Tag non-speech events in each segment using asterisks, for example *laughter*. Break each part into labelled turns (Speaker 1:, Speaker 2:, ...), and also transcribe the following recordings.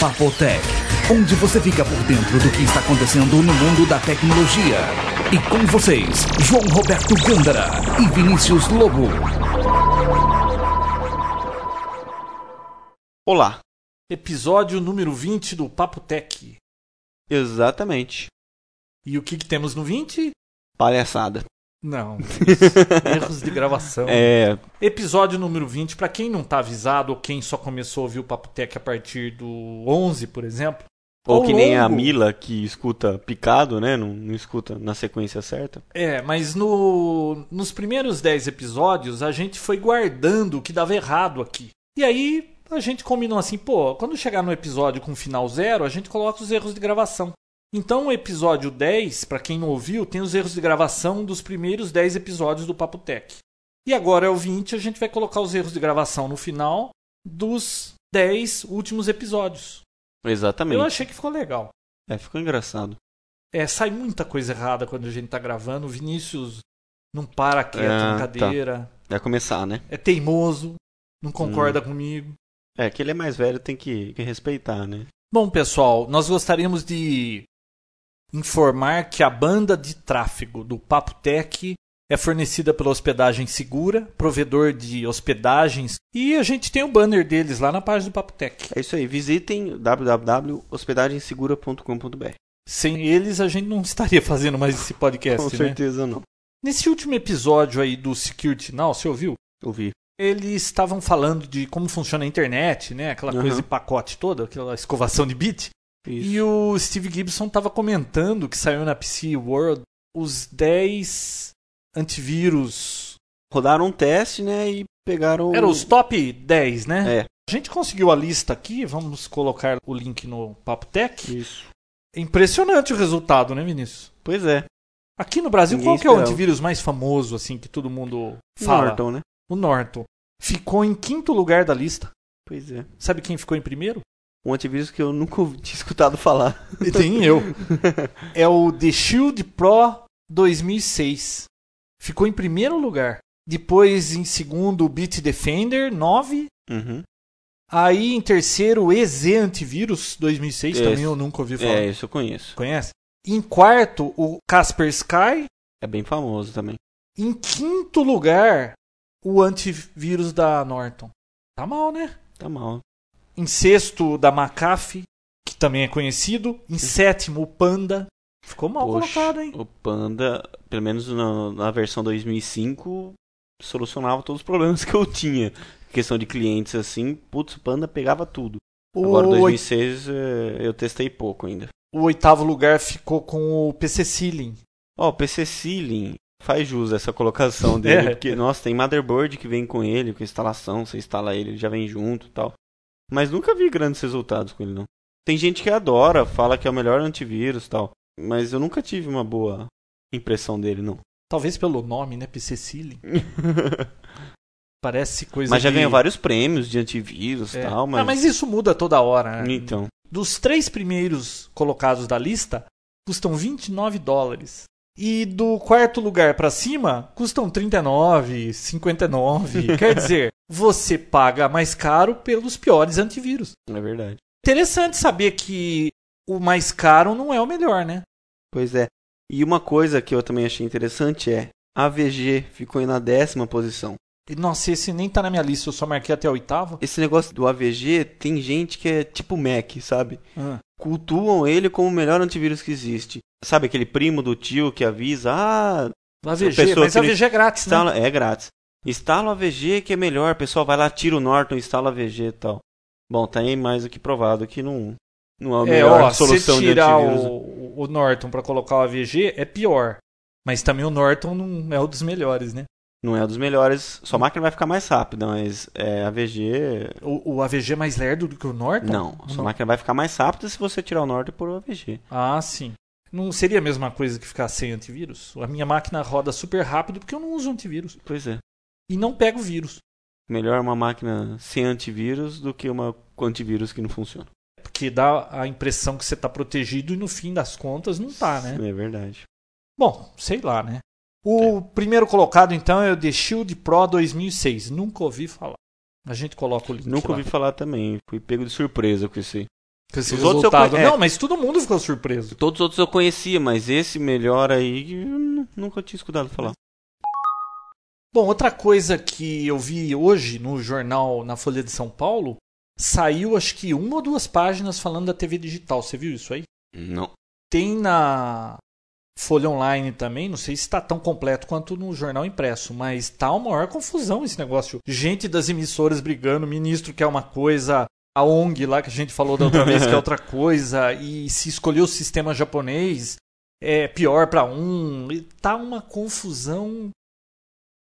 Speaker 1: Papotec, onde você fica por dentro do que está acontecendo no mundo da tecnologia. E com vocês, João Roberto Gândara e Vinícius Lobo.
Speaker 2: Olá,
Speaker 3: Episódio número 20 do Papo Tech.
Speaker 2: exatamente.
Speaker 3: E o que, que temos no 20?
Speaker 2: Palhaçada.
Speaker 3: Não. Erros de gravação.
Speaker 2: É,
Speaker 3: Episódio número 20, para quem não tá avisado ou quem só começou a ouvir o Papo Tech a partir do 11, por exemplo.
Speaker 2: ou
Speaker 3: Ao
Speaker 2: que nem a
Speaker 3: longo-
Speaker 2: Mila que escuta picado, né? Não, não escuta na sequência certa.
Speaker 3: É, mas no, nos primeiros 10 episódios a gente foi guardando o que dava errado aqui. E aí a gente combinou assim, pô, quando chegar no episódio com final zero, a gente coloca os erros de gravação. Então o episódio 10, pra quem não ouviu, tem os erros de gravação dos primeiros 10 episódios do Papo Tech. E agora é o 20, a gente vai colocar os erros de gravação no final dos 10 últimos episódios.
Speaker 2: Exatamente.
Speaker 3: Eu achei que ficou legal.
Speaker 2: É, ficou engraçado.
Speaker 3: É, sai muita coisa errada quando a gente tá gravando. O Vinícius não para quieto
Speaker 2: Ah,
Speaker 3: na
Speaker 2: tá.
Speaker 3: cadeira.
Speaker 2: Vai começar, né?
Speaker 3: É teimoso. Não concorda
Speaker 2: Hum.
Speaker 3: comigo.
Speaker 2: É, que ele é mais velho, tem que, que respeitar, né?
Speaker 3: Bom, pessoal, nós gostaríamos de informar que a banda de tráfego do Papo Tech é fornecida pela Hospedagem Segura, provedor de hospedagens, e a gente tem o banner deles lá na página do Papo Tech.
Speaker 2: É isso aí, visitem www.hospedagensegura.com.br.
Speaker 3: Sem eles, a gente não estaria *laughs* fazendo mais esse podcast,
Speaker 2: Com
Speaker 3: né?
Speaker 2: certeza não.
Speaker 3: Nesse último episódio aí do Security Now, você ouviu?
Speaker 2: Ouvi.
Speaker 3: eles estavam falando de como funciona a internet, né? Aquela
Speaker 2: Aham.
Speaker 3: coisa de pacote toda, aquela escovação de bit.
Speaker 2: Isso.
Speaker 3: E o Steve Gibson estava comentando que saiu na PC World os 10 antivírus.
Speaker 2: Rodaram um teste, né? E pegaram.
Speaker 3: Era os top 10, né?
Speaker 2: É.
Speaker 3: A gente conseguiu a lista aqui, vamos colocar o link no Papo Tech.
Speaker 2: Isso.
Speaker 3: É impressionante o resultado, né, Vinícius?
Speaker 2: Pois é.
Speaker 3: Aqui no Brasil,
Speaker 2: Ninguém
Speaker 3: qual que é o
Speaker 2: esperava.
Speaker 3: antivírus mais famoso, assim, que todo mundo fala?
Speaker 2: Norton, né?
Speaker 3: O Norton. Ficou em quinto lugar da lista.
Speaker 2: Pois é.
Speaker 3: Sabe quem ficou em primeiro?
Speaker 2: Um antivírus que eu nunca ouvi- *laughs* tinha escutado falar.
Speaker 3: E tem eu. É o The Shield Pro 2006. Ficou em primeiro lugar. Depois, em segundo, o Beat Defender 9.
Speaker 2: Uhum.
Speaker 3: Aí, em terceiro, o EZ Antivírus 2006.
Speaker 2: Esse.
Speaker 3: Também eu nunca ouvi falar.
Speaker 2: É, isso eu conheço.
Speaker 3: Conhece? Em quarto, o Casper Sky.
Speaker 2: É bem famoso também.
Speaker 3: Em quinto lugar, o antivírus da Norton. Tá mal, né?
Speaker 2: Tá mal.
Speaker 3: Em sexto, o da McAfee, que também é conhecido. Em sétimo, o Panda. Ficou mal
Speaker 2: Poxa,
Speaker 3: colocado, hein?
Speaker 2: O Panda, pelo menos na, na versão 2005, solucionava todos os problemas *laughs* que eu tinha. Questão de clientes assim, putz, o Panda pegava tudo. Agora,
Speaker 3: O
Speaker 2: 2006, eh, eu testei pouco ainda.
Speaker 3: O oitavo lugar ficou com o PC Ceiling.
Speaker 2: Ó, o PC Ceiling faz jus a essa
Speaker 3: *laughs*
Speaker 2: colocação dele,
Speaker 3: É.
Speaker 2: porque, nossa, tem motherboard que vem com ele, com a instalação, você instala ele, ele já vem junto e tal. Mas nunca vi grandes resultados com ele, não. Tem gente que adora, fala que é o melhor antivírus e tal, mas eu nunca tive uma boa impressão dele, não. *laughs*
Speaker 3: Talvez pelo nome, né? PC Ceiling. Parece coisa
Speaker 2: mas já
Speaker 3: de-
Speaker 2: ganhou vários prêmios de antivírus e
Speaker 3: É.
Speaker 2: tal, mas...
Speaker 3: Ah, mas isso muda toda hora. Né?
Speaker 2: Então,
Speaker 3: Dos três primeiros colocados da lista, custam 29 dólares. E do quarto lugar pra cima, custam
Speaker 2: *laughs*
Speaker 3: 39, 59. Quer dizer, você paga mais caro pelos piores antivírus.
Speaker 2: é verdade.
Speaker 3: Interessante saber que o mais caro não é o melhor, né?
Speaker 2: Pois é. E uma coisa que eu também achei interessante é, AVG ficou aí na décima posição.
Speaker 3: E, Nossa, esse nem tá na minha lista, eu só marquei até a oitava.
Speaker 2: Esse negócio do AVG, tem gente que é tipo Mac, sabe?
Speaker 3: Ah.
Speaker 2: cultuam ele como o melhor antivírus que existe. Sabe aquele primo do tio que avisa, ah,
Speaker 3: AVG,
Speaker 2: pessoa
Speaker 3: mas
Speaker 2: que não
Speaker 3: AVG é grátis, né?
Speaker 2: instala, é grátis. Instala o AVG que é melhor, pessoal, vai lá, tira o Norton, instala o AVG e tal. Bom, tá aí mais do que provado que não, não é a
Speaker 3: É,
Speaker 2: melhor
Speaker 3: ó,
Speaker 2: solução
Speaker 3: se tirar
Speaker 2: de antivírus. né?
Speaker 3: o, o Norton pra colocar o AVG é pior. Mas também o Norton não é um dos melhores, né?
Speaker 2: Não é um dos melhores, sua máquina vai ficar mais rápida, mas é, AVG,
Speaker 3: O, o AVG é mais lerdo do que o Norton?
Speaker 2: não. Sua
Speaker 3: Não.
Speaker 2: máquina vai ficar mais rápida se você tirar o Norton e pôr o AVG.
Speaker 3: Ah, sim. Não seria a mesma coisa que ficar sem antivírus? A minha máquina roda super rápido porque eu não uso antivírus.
Speaker 2: Pois é,
Speaker 3: E não pego vírus.
Speaker 2: melhor uma máquina sem antivírus do que uma com antivírus que não funciona.
Speaker 3: Porque dá a impressão que você tá protegido e no fim das contas não tá, né?
Speaker 2: É verdade.
Speaker 3: Bom, sei lá, né? O
Speaker 2: É.
Speaker 3: primeiro colocado, então, é o The Shield Pro 2006. Nunca ouvi falar. A gente coloca o link
Speaker 2: Nunca
Speaker 3: lá.
Speaker 2: ouvi falar também. Fui pego de surpresa com esse
Speaker 3: com esse
Speaker 2: Os outros eu
Speaker 3: resultado.
Speaker 2: conhe- é.
Speaker 3: Não, mas todo mundo ficou surpreso.
Speaker 2: Todos os outros eu conhecia, mas esse melhor aí eu nu- nunca tinha escutado falar.
Speaker 3: Bom, outra coisa que eu vi hoje no jornal, na Folha de São Paulo, saiu acho que uma ou duas páginas falando da TV digital. Você viu isso aí?
Speaker 2: Não.
Speaker 3: Tem na Folha Online também, não sei se está tão completo quanto no jornal impresso, mas tá uma maior confusão esse negócio. Gente das emissoras brigando, ministro quer uma coisa, a ONG lá que a gente falou da outra vez que é outra coisa, e se escolher o sistema japonês é pior para um. E tá uma confusão.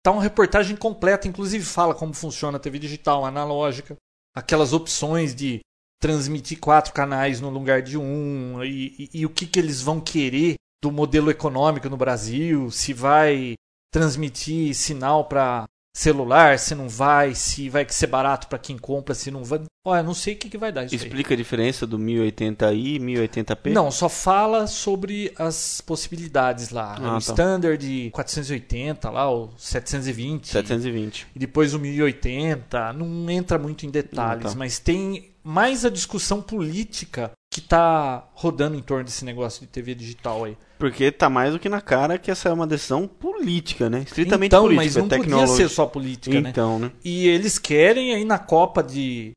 Speaker 3: Tá uma reportagem completa, inclusive fala como funciona a TV digital, analógica, aquelas opções de transmitir quatro canais no lugar de um e, e- e o que, que eles vão querer do modelo econômico no Brasil, se vai transmitir sinal para celular, se não vai, se vai ser barato para quem compra, se não vai. Olha, não sei o que, que vai dar isso aí.
Speaker 2: Explica a diferença do 1080i e 1080p?
Speaker 3: Não, só fala sobre as possibilidades lá.
Speaker 2: Ah,
Speaker 3: o
Speaker 2: tá.
Speaker 3: standard de 480 lá, o 720.
Speaker 2: 720.
Speaker 3: E depois o 1080, não entra muito em detalhes,
Speaker 2: Ah, tá.
Speaker 3: mas tem mais a discussão política que tá rodando em torno desse negócio de TV digital aí.
Speaker 2: Porque tá mais do que na cara que essa é uma decisão política, né? Estritamente
Speaker 3: então,
Speaker 2: política.
Speaker 3: mas não podia
Speaker 2: tecnológica.
Speaker 3: ser só política, né?
Speaker 2: Então, né?
Speaker 3: E eles querem aí na Copa de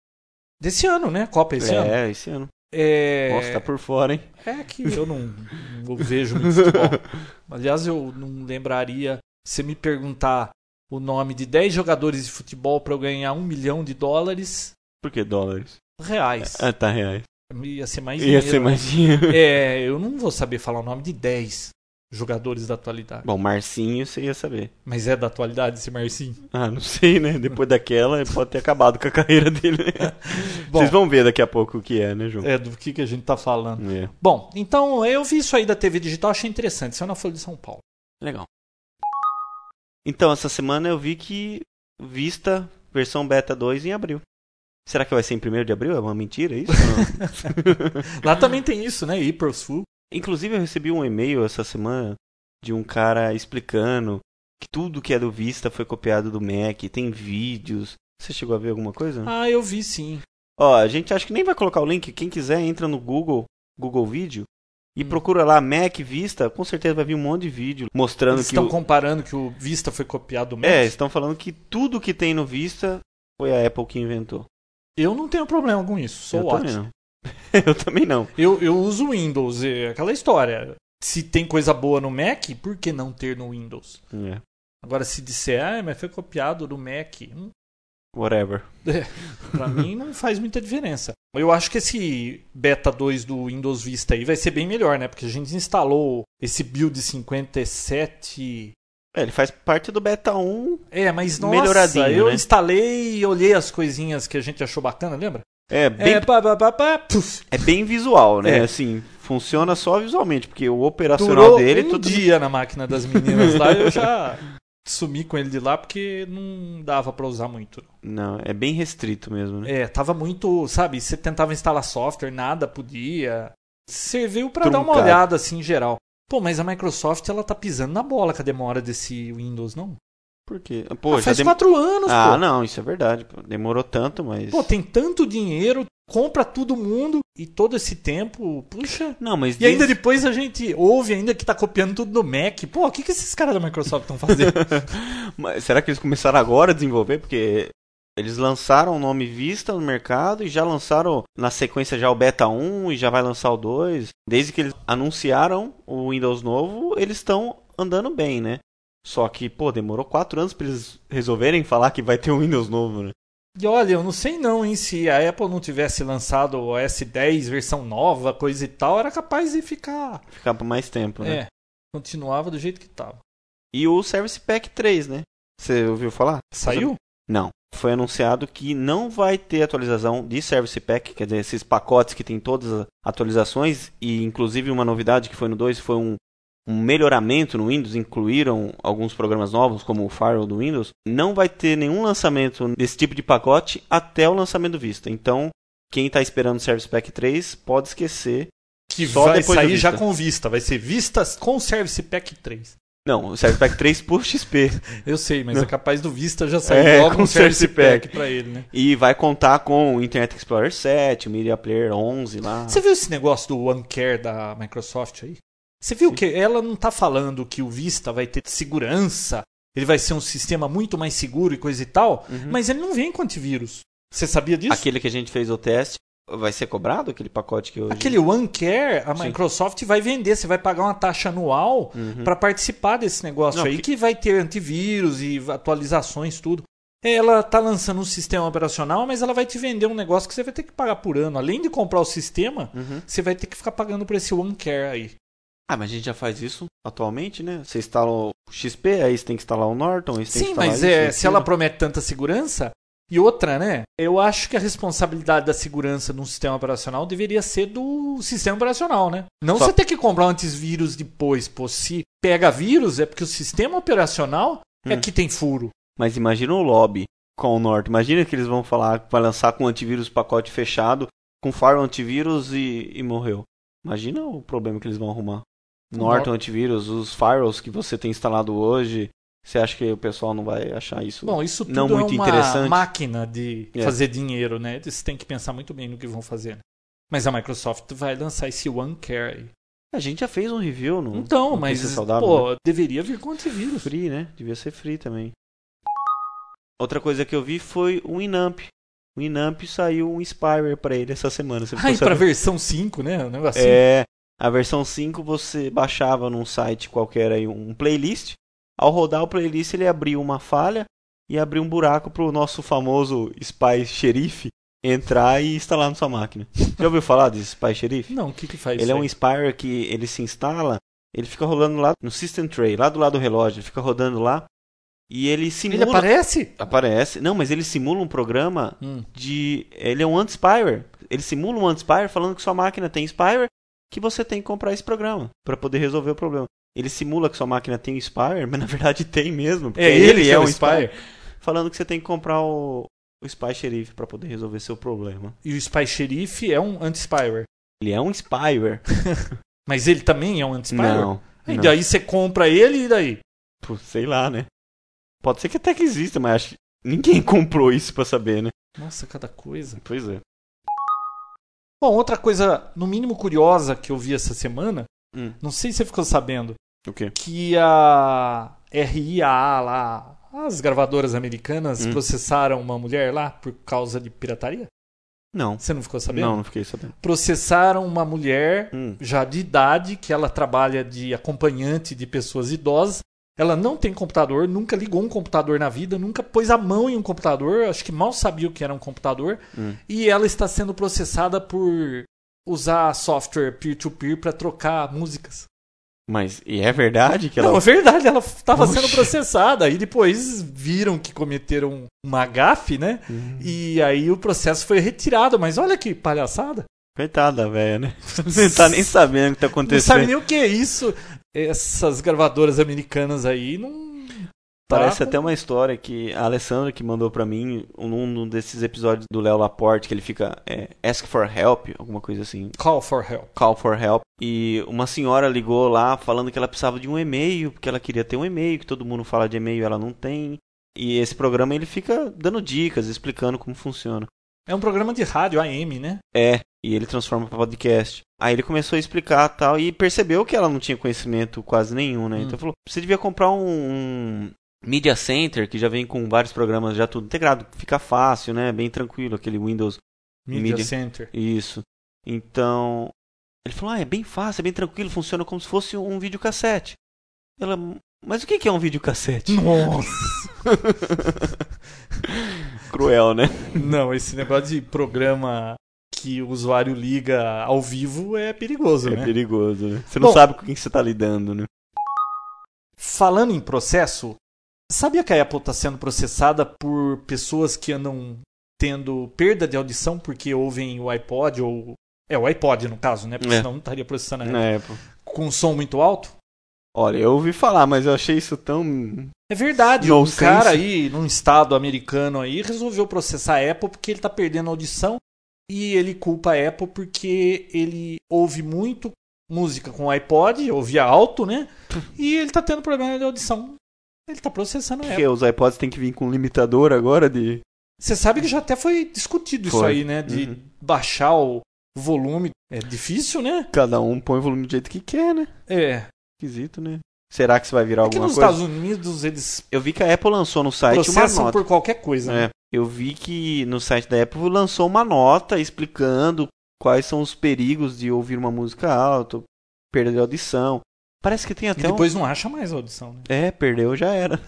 Speaker 3: desse ano, né? Copa esse ano.
Speaker 2: é, esse ano.
Speaker 3: É...
Speaker 2: Nossa, tá por fora, hein?
Speaker 3: É que eu não, não vejo muito
Speaker 2: *laughs*
Speaker 3: futebol. Aliás, eu não lembraria se me perguntar o nome de 10 jogadores de futebol para eu ganhar um milhão de dólares
Speaker 2: Por que dólares?
Speaker 3: reais.
Speaker 2: Ah, tá reais.
Speaker 3: Ia ser mais
Speaker 2: Ia
Speaker 3: dinheiro.
Speaker 2: ser mais dinheiro. *laughs*
Speaker 3: É, eu não vou saber falar o nome de 10 jogadores da atualidade.
Speaker 2: Bom, Marcinho você ia saber.
Speaker 3: Mas é da atualidade esse Marcinho?
Speaker 2: Ah, não sei, né? Depois daquela, ele pode ter acabado com a carreira dele. né?
Speaker 3: *laughs* Bom,
Speaker 2: Vocês vão ver daqui a pouco o que é, né, João?
Speaker 3: é do que, que a gente tá falando.
Speaker 2: É.
Speaker 3: Bom, então eu vi isso aí da TV digital, achei interessante. Isso é na Folha de São Paulo.
Speaker 2: Legal. Então, essa semana eu vi que Vista versão beta 2 em abril. Será que vai ser em 1 de abril? É uma mentira
Speaker 3: *laughs*
Speaker 2: isso?
Speaker 3: Lá também tem isso, né? April Fool.
Speaker 2: Inclusive, eu recebi um e-mail essa semana de um cara explicando que tudo que é do Vista foi copiado do Mac, tem vídeos. Você chegou a ver alguma coisa?
Speaker 3: Ah, eu vi sim.
Speaker 2: Ó, a gente acho que nem vai colocar o link. Quem quiser, entra no Google, Google Vídeo, e
Speaker 3: Hum.
Speaker 2: procura lá Mac Vista. Com certeza vai vir um monte de vídeo mostrando
Speaker 3: Eles
Speaker 2: que.
Speaker 3: estão
Speaker 2: o-
Speaker 3: comparando que o Vista foi copiado do Mac.
Speaker 2: É, estão falando que tudo que tem no Vista foi a Apple que inventou.
Speaker 3: Eu não tenho problema com isso, sou
Speaker 2: É. eu também
Speaker 3: ótimo.
Speaker 2: não. *laughs* eu também não.
Speaker 3: Eu, eu uso Windows, é aquela história. Se tem coisa boa no Mac, por que não ter no Windows?
Speaker 2: É,
Speaker 3: Agora, se disser, ah, mas foi copiado do Mac, hum,
Speaker 2: Whatever.
Speaker 3: Pra mim não faz muita diferença. Eu acho que esse beta 2 do Windows Vista aí vai ser bem melhor, né? Porque a gente instalou esse build 57.
Speaker 2: É, ele faz parte do Beta 1.
Speaker 3: É, mas nossa,
Speaker 2: Melhoradinho,
Speaker 3: eu
Speaker 2: né?
Speaker 3: instalei e olhei as coisinhas que a gente achou bacana, lembra?
Speaker 2: É bem,
Speaker 3: É, pá, pá, pá, pá, puf,
Speaker 2: é bem visual, né?
Speaker 3: É.
Speaker 2: Assim, funciona só visualmente, porque o operacional
Speaker 3: durou
Speaker 2: dele. é
Speaker 3: um
Speaker 2: tudo...
Speaker 3: dia na máquina das meninas lá, *laughs* eu já sumi com ele de lá porque não dava pra usar muito.
Speaker 2: Não, é bem restrito mesmo, né?
Speaker 3: É, tava muito, sabe, você tentava instalar software, nada podia. Serviu pra dar uma
Speaker 2: Truncado.
Speaker 3: olhada assim em geral. Pô, mas a Microsoft ela tá pisando na bola com a demora desse Windows, não?
Speaker 2: Por quê?
Speaker 3: Ah,
Speaker 2: Pô, já
Speaker 3: faz
Speaker 2: dem-
Speaker 3: quatro anos,
Speaker 2: Ah,
Speaker 3: pô.
Speaker 2: não, isso é verdade. pô. Demorou tanto, mas.
Speaker 3: Pô, tem tanto dinheiro, compra todo mundo e todo esse tempo, puxa.
Speaker 2: Não, mas
Speaker 3: E ainda
Speaker 2: desde-
Speaker 3: depois a gente ouve ainda que tá copiando tudo do Mac. Pô, o que, que esses caras da Microsoft estão fazendo?
Speaker 2: *laughs* Mas será que eles começaram agora a desenvolver? Porque eles lançaram o nome Vista no mercado e já lançaram na sequência já o Beta 1 e já vai lançar o 2. Desde que eles anunciaram o Windows novo, eles estão andando bem, né? Só que, pô, demorou 4 anos pra eles resolverem falar que vai ter um Windows novo, né?
Speaker 3: E olha, eu não sei não, hein, se a Apple não tivesse lançado o OS 10 versão nova, coisa e tal, era capaz de ficar
Speaker 2: Ficar por mais tempo, né?
Speaker 3: É, continuava do jeito que tava.
Speaker 2: E o Service Pack 3, né? Você ouviu falar?
Speaker 3: Saiu?
Speaker 2: Não. Foi anunciado que não vai ter atualização de Service Pack, quer dizer, esses pacotes que tem todas as atualizações, e inclusive uma novidade que foi no 2 foi um, um melhoramento no Windows, incluíram alguns programas novos, como o Firewall do Windows. Não vai ter nenhum lançamento desse tipo de pacote até o lançamento do Vista. Então, quem está esperando o Service Pack 3 pode esquecer.
Speaker 3: Que
Speaker 2: é Só
Speaker 3: vai
Speaker 2: depois do
Speaker 3: sair já
Speaker 2: Vista.
Speaker 3: com Vista. Vai ser Vistas com Service Pack 3.
Speaker 2: Não, o Service Pack 3 por XP.
Speaker 3: Eu sei, mas é capaz do Vista já sair
Speaker 2: É,
Speaker 3: logo
Speaker 2: com
Speaker 3: um Service
Speaker 2: Service Pack.
Speaker 3: Pack pra ele, né?
Speaker 2: E vai contar com o Internet Explorer 7, o Media Player 11 lá.
Speaker 3: Você viu esse negócio do OneCare da Microsoft aí? Você viu que ela não tá falando que o Vista vai ter segurança, ele vai ser um sistema muito mais seguro e coisa e tal, mas ele não vem com antivírus. Você sabia disso?
Speaker 2: Uhum. Aquele que a gente fez o teste, vai ser cobrado aquele pacote que hoje...
Speaker 3: Aquele OneCare, a
Speaker 2: Sim.
Speaker 3: Microsoft vai vender. Você vai pagar uma taxa anual
Speaker 2: Uhum.
Speaker 3: pra participar desse negócio
Speaker 2: Não,
Speaker 3: aí, que vai ter antivírus e atualizações, tudo. Ela tá lançando um sistema operacional, mas ela vai te vender um negócio que você vai ter que pagar por ano. Além de comprar o sistema,
Speaker 2: Uhum.
Speaker 3: você vai ter que ficar pagando por esse OneCare aí.
Speaker 2: Ah, mas a gente já faz isso atualmente, né? Você instala o XP, aí você tem que instalar o Norton, aí você tem que
Speaker 3: Sim,
Speaker 2: instalar
Speaker 3: mas
Speaker 2: isso, né?
Speaker 3: é,
Speaker 2: aquilo.
Speaker 3: se ela promete tanta segurança. E outra, né? Eu acho que a responsabilidade da segurança de um sistema operacional deveria ser do sistema operacional, né? Não
Speaker 2: Só-
Speaker 3: você ter que comprar um antivírus depois, pô. Se pega vírus, é porque o sistema operacional é
Speaker 2: Hum.
Speaker 3: que tem furo.
Speaker 2: Mas imagina o lobby com o Norton. Imagina que eles vão falar que vai lançar com antivírus pacote fechado, com firewall antivírus e, e morreu. Imagina o problema que eles vão arrumar.
Speaker 3: O
Speaker 2: Norton antivírus, os firewalls que você tem instalado hoje, você acha que o pessoal não vai achar isso?
Speaker 3: Bom, isso tudo
Speaker 2: Não muito
Speaker 3: é uma
Speaker 2: interessante.
Speaker 3: máquina de
Speaker 2: É.
Speaker 3: fazer dinheiro, né? Eles têm que pensar muito bem no que vão fazer. né? Mas a Microsoft vai lançar esse OneCare aí.
Speaker 2: a gente já fez um review no
Speaker 3: Então,
Speaker 2: no
Speaker 3: mas
Speaker 2: Pizza saudável, né?
Speaker 3: pô, deveria vir com antivírus.
Speaker 2: free, né? Devia ser free também. Outra coisa que eu vi foi o Inamp. O Inamp saiu um spyware pra ele essa semana. Você ficou
Speaker 3: Ai, pra
Speaker 2: sabendo?
Speaker 3: versão 5, né? Um negócio
Speaker 2: É, a versão 5 você baixava num site qualquer aí um playlist. Ao rodar o playlist ele abriu uma falha e abriu um buraco pro nosso famoso Spy Xerife entrar e instalar na sua máquina. Já ouviu falar desse Spy
Speaker 3: *laughs*
Speaker 2: Xerife?
Speaker 3: Não, o que que faz
Speaker 2: Ele é
Speaker 3: isso
Speaker 2: um
Speaker 3: aí?
Speaker 2: Spire que ele se instala, ele fica rolando lá no System Tray, lá do lado do relógio, ele fica rodando lá e ele simula...
Speaker 3: Ele aparece?
Speaker 2: Aparece. Não, mas ele simula um programa
Speaker 3: Hum.
Speaker 2: de. Ele é um anti-spyware. Ele simula um anti-spyware falando que sua máquina tem spyware, que você tem que comprar esse programa para poder resolver o problema. Ele simula que sua máquina tem um spyware, mas na verdade tem mesmo. porque
Speaker 3: É ele que é o
Speaker 2: um
Speaker 3: Spy?
Speaker 2: Falando que você tem que comprar o, o Spy Sheriff para poder resolver seu problema.
Speaker 3: E o Spy Sheriff é um anti-spyware.
Speaker 2: Ele é um spyware.
Speaker 3: Mas ele também é um anti-spyware?
Speaker 2: Não.
Speaker 3: E
Speaker 2: não.
Speaker 3: daí você compra ele e daí?
Speaker 2: Pô, sei lá, né? Pode ser que até que exista, mas acho que ninguém *laughs* comprou isso para saber, né?
Speaker 3: Nossa, cada coisa.
Speaker 2: Pois é.
Speaker 3: Bom, outra coisa, no mínimo curiosa, que eu vi essa semana,
Speaker 2: Hum.
Speaker 3: não sei se você ficou sabendo,
Speaker 2: O quê?
Speaker 3: que a RIAA lá, as gravadoras americanas
Speaker 2: Hum.
Speaker 3: processaram uma mulher lá por causa de pirataria?
Speaker 2: Não.
Speaker 3: Você não ficou sabendo?
Speaker 2: Não, não fiquei sabendo.
Speaker 3: Processaram uma mulher
Speaker 2: Hum.
Speaker 3: já de idade, que ela trabalha de acompanhante de pessoas idosas. Ela não tem computador, nunca ligou um computador na vida, nunca pôs a mão em um computador, acho que mal sabia o que era um computador.
Speaker 2: Hum.
Speaker 3: E ela está sendo processada por usar software peer-to-peer para trocar músicas.
Speaker 2: Mas e é verdade que ela
Speaker 3: Não, é verdade, ela estava
Speaker 2: Poxa.
Speaker 3: sendo processada. E depois viram que cometeram uma gafe, né? E aí o processo foi retirado. Mas olha que palhaçada.
Speaker 2: *laughs* Coitada, da véia, né? Não tá nem sabendo o que tá
Speaker 3: Não sabe
Speaker 2: acontecendo.
Speaker 3: nem o que é isso. Essas gravadoras americanas aí não. tá
Speaker 2: Parece
Speaker 3: com-
Speaker 2: até uma história que a Alessandra que mandou pra mim num num desses episódios do Léo Laporte, que ele fica é, ask for help, alguma coisa assim,
Speaker 3: Call for help.
Speaker 2: call for help. E uma senhora ligou lá falando que ela precisava de um e-mail, porque ela queria ter um e-mail, que todo mundo fala de e-mail, ela não tem. E esse programa ele fica dando dicas, explicando como funciona.
Speaker 3: É um programa de rádio AM, né?
Speaker 2: É, e ele transforma pra podcast. Aí ele começou a explicar tal, e percebeu que ela não tinha conhecimento quase nenhum, né?
Speaker 3: Hum.
Speaker 2: Então falou: você devia comprar um, um Media Center, que já vem com vários programas já tudo integrado, fica fácil, né? Bem tranquilo, aquele Windows,
Speaker 3: Media,
Speaker 2: Media.
Speaker 3: Center.
Speaker 2: isso. Então, ele falou: ah, é bem fácil, é bem tranquilo, funciona como se fosse um videocassete. Ela, mas o que que é um videocassete?
Speaker 3: Nossa!
Speaker 2: *laughs* Cruel, né?
Speaker 3: não, esse negócio de programa que o usuário liga ao vivo é perigoso,
Speaker 2: É
Speaker 3: né?
Speaker 2: perigoso, né? Você não
Speaker 3: Bom.
Speaker 2: sabe com quem você tá lidando, né?
Speaker 3: Falando em processo, sabia que a Apple está sendo processada por pessoas que andam tendo perda de audição porque ouvem o iPod ou. É, o iPod no caso, né? Porque
Speaker 2: É.
Speaker 3: senão não estaria processando a Apple.
Speaker 2: Na Apple.
Speaker 3: com som muito alto?
Speaker 2: Olha, eu ouvi falar, mas eu achei isso tão
Speaker 3: É verdade. um
Speaker 2: Nonsense.
Speaker 3: cara aí, num estado americano aí, resolveu processar a Apple porque ele tá perdendo a audição e ele culpa a Apple porque ele ouve muito música com iPod, ouvia alto,
Speaker 2: *laughs*
Speaker 3: né? E ele tá tendo problema de audição. Ele tá processando a
Speaker 2: É. Porque
Speaker 3: Apple.
Speaker 2: os iPods tem que vir com um limitador agora de.
Speaker 3: Você sabe que já até foi discutido isso
Speaker 2: Foi.
Speaker 3: aí, né? De
Speaker 2: Uhum.
Speaker 3: baixar o volume. É difícil, né?
Speaker 2: Cada um põe o volume do jeito que quer, né?
Speaker 3: É.
Speaker 2: Esquisito, né? Será que isso vai virar
Speaker 3: Porque
Speaker 2: alguma
Speaker 3: É nos
Speaker 2: coisa?
Speaker 3: Estados Unidos eles
Speaker 2: Eu vi que a Apple lançou no site uma
Speaker 3: processam
Speaker 2: nota.
Speaker 3: por qualquer coisa. né?
Speaker 2: É, eu vi que no site da Apple lançou uma nota explicando quais são os perigos de ouvir uma música alta, perda de audição. Parece que tem
Speaker 3: E
Speaker 2: até um.
Speaker 3: depois É. não acha mais a audição, né?
Speaker 2: É, perdeu já
Speaker 3: *laughs*
Speaker 2: era.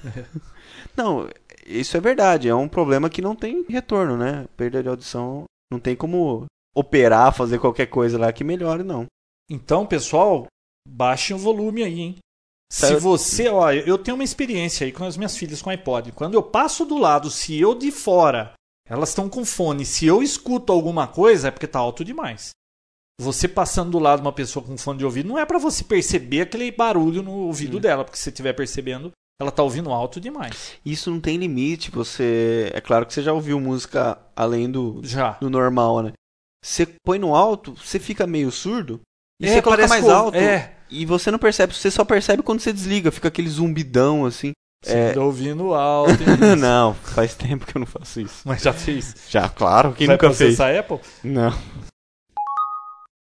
Speaker 2: não, isso é verdade. É um problema que não tem retorno, né? Perda de audição não tem como operar, fazer qualquer coisa lá que melhore, não.
Speaker 3: Então, pessoal, baixem o volume aí, hein? Se
Speaker 2: Saiu-
Speaker 3: você, ó, eu tenho uma experiência aí com as minhas filhas com iPod. Quando eu passo do lado, se eu de fora, elas estão com fone, se eu escuto alguma coisa, é porque tá alto demais. Você passando do lado de uma pessoa com fone de ouvido, não é pra você perceber aquele barulho no ouvido
Speaker 2: Hum.
Speaker 3: dela, porque se você estiver percebendo, ela tá ouvindo alto demais.
Speaker 2: Isso não tem limite. Você. É claro que você já ouviu música além do,
Speaker 3: Já.
Speaker 2: do normal, né? Você põe no alto, você fica meio surdo. E
Speaker 3: É,
Speaker 2: você coloca
Speaker 3: parece
Speaker 2: mais
Speaker 3: que-
Speaker 2: alto.
Speaker 3: É,
Speaker 2: E você não percebe, você só percebe quando você desliga, fica aquele zumbidão
Speaker 3: *laughs*
Speaker 2: assim.
Speaker 3: você
Speaker 2: É.
Speaker 3: tá ouvindo alto. hein?
Speaker 2: *laughs* não, faz tempo que eu não faço isso.
Speaker 3: Mas já fez.
Speaker 2: Já, claro, quem
Speaker 3: Vai
Speaker 2: nunca fez?
Speaker 3: processar a Apple?
Speaker 2: Não.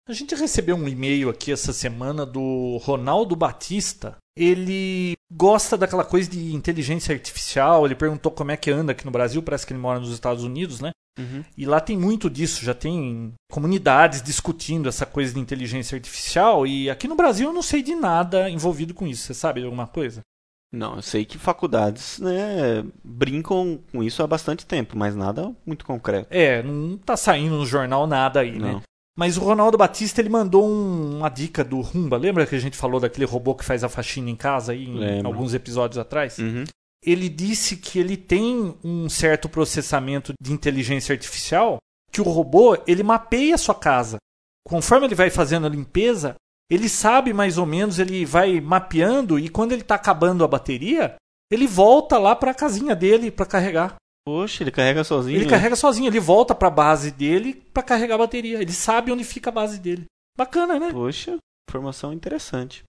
Speaker 3: A gente recebeu um e-mail aqui essa semana do Ronaldo Batista. Ele gosta daquela coisa de inteligência artificial. Ele perguntou como é que anda aqui no Brasil. Parece que ele mora nos Estados Unidos, né?
Speaker 2: Uhum.
Speaker 3: E lá tem muito disso. Já tem comunidades discutindo essa coisa de inteligência artificial. E aqui no Brasil eu não sei de nada envolvido com isso. Você sabe de alguma coisa?
Speaker 2: Não, eu sei que faculdades, né, brincam com isso há bastante tempo, mas nada muito concreto.
Speaker 3: É, não tá saindo no jornal nada aí, né?
Speaker 2: Não.
Speaker 3: Mas o Ronaldo Batista ele mandou um- uma dica do Rumba. Lembra que a gente falou daquele robô que faz a faxina em casa aí em
Speaker 2: Lembro.
Speaker 3: alguns episódios atrás? Ele disse que ele tem um certo processamento de inteligência artificial que o robô ele mapeia a sua casa. Conforme ele vai fazendo a limpeza, ele sabe mais ou menos, ele vai mapeando e quando ele está acabando a bateria, ele volta lá para a casinha dele para carregar.
Speaker 2: Poxa, ele carrega sozinho.
Speaker 3: Ele
Speaker 2: né?
Speaker 3: carrega sozinho, ele volta pra base dele pra carregar a bateria. Ele sabe onde fica a base dele. Bacana, né?
Speaker 2: Poxa, informação interessante.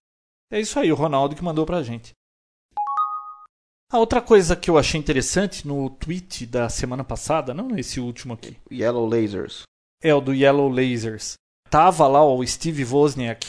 Speaker 3: É isso aí, o Ronaldo que mandou pra gente. A outra coisa que eu achei interessante no tweet da semana passada, não nesse último aqui,
Speaker 2: Yellow Lasers.
Speaker 3: é o do Yellow Lasers. Tava lá o Steve Wozniak,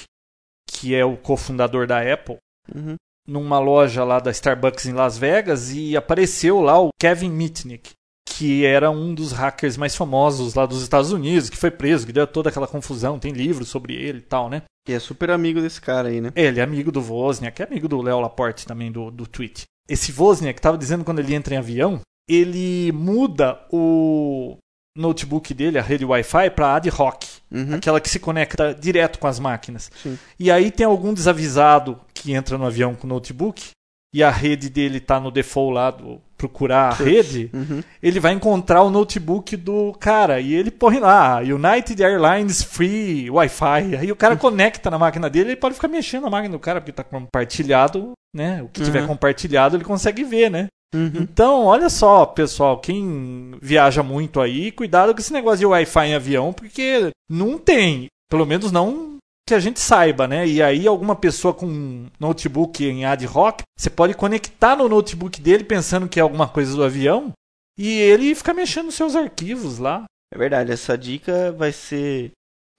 Speaker 3: que é o cofundador da Apple,
Speaker 2: Uhum.
Speaker 3: numa loja lá da Starbucks em Las Vegas e apareceu lá o Kevin Mitnick, que era um dos hackers mais famosos lá dos Estados Unidos, que foi preso, que deu toda aquela confusão, tem livros sobre ele e tal, né?
Speaker 2: E é super amigo desse cara aí, né?
Speaker 3: É, Ele é amigo do Wozniak, é amigo do Léo Laporte também, do, do tweet. Esse Wozniak estava dizendo quando ele entra em avião, ele muda o notebook dele, a rede Wi-Fi, para ad hoc
Speaker 2: Uhum.
Speaker 3: aquela que se conecta direto com as máquinas.
Speaker 2: Sim.
Speaker 3: E aí tem algum desavisado que entra no avião com notebook e a rede dele tá no default lá do procurar a rede,
Speaker 2: Uhum.
Speaker 3: ele vai encontrar o notebook do cara e ele põe lá United Airlines Free Wi-Fi. Aí o cara conecta na máquina dele, ele pode ficar mexendo na máquina do cara porque tá compartilhado, né? O que tiver
Speaker 2: Uhum.
Speaker 3: compartilhado ele consegue ver, né?
Speaker 2: Uhum.
Speaker 3: Então, olha só, pessoal, quem viaja muito aí, cuidado com esse negócio de Wi-Fi em avião, porque não tem, pelo menos não que a gente saiba, né? E aí alguma pessoa com um notebook em ad hoc, você pode conectar no notebook dele pensando que é alguma coisa do avião e ele fica mexendo nos seus arquivos lá.
Speaker 2: É verdade, essa dica vai ser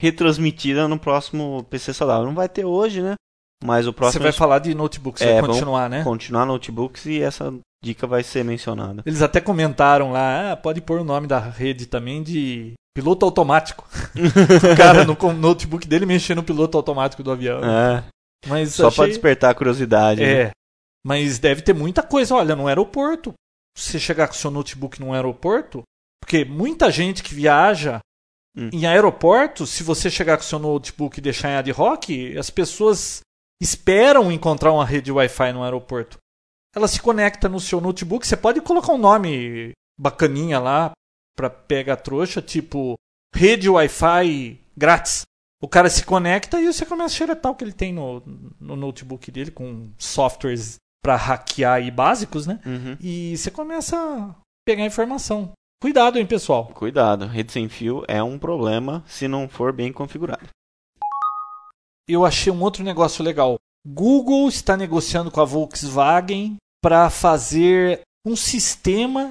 Speaker 2: retransmitida no próximo PC Saudável. Não vai ter hoje, né? Mas o
Speaker 3: você
Speaker 2: próximo
Speaker 3: vai falar de notebook, você
Speaker 2: É,
Speaker 3: vai
Speaker 2: vamos-
Speaker 3: continuar, né?
Speaker 2: continuar notebooks e essa dica vai ser mencionada.
Speaker 3: Eles até comentaram lá, ah, pode pôr o nome da rede também de piloto automático. *laughs* o cara no com- notebook dele mexendo no piloto automático do avião.
Speaker 2: É,
Speaker 3: Mas
Speaker 2: só
Speaker 3: achei-
Speaker 2: pra despertar a curiosidade. né?
Speaker 3: É. Mas deve ter muita coisa. Olha, no aeroporto. Se você chegar com seu notebook num aeroporto, porque muita gente que viaja
Speaker 2: Hum.
Speaker 3: em aeroporto, se você chegar com seu notebook e deixar em ad hoc, as pessoas esperam encontrar uma rede Wi-Fi no aeroporto. Ela se conecta no seu notebook, você pode colocar um nome bacaninha lá pra pega a trouxa, tipo rede Wi-Fi grátis. O cara se conecta e você começa a xeretar o que ele tem no, no notebook dele com softwares pra hackear e básicos, né?
Speaker 2: Uhum.
Speaker 3: E você começa a pegar informação. Cuidado, hein, pessoal.
Speaker 2: Cuidado, rede sem fio é um problema se não for bem configurado.
Speaker 3: eu achei um outro negócio legal. Google está negociando com a Volkswagen para fazer um sistema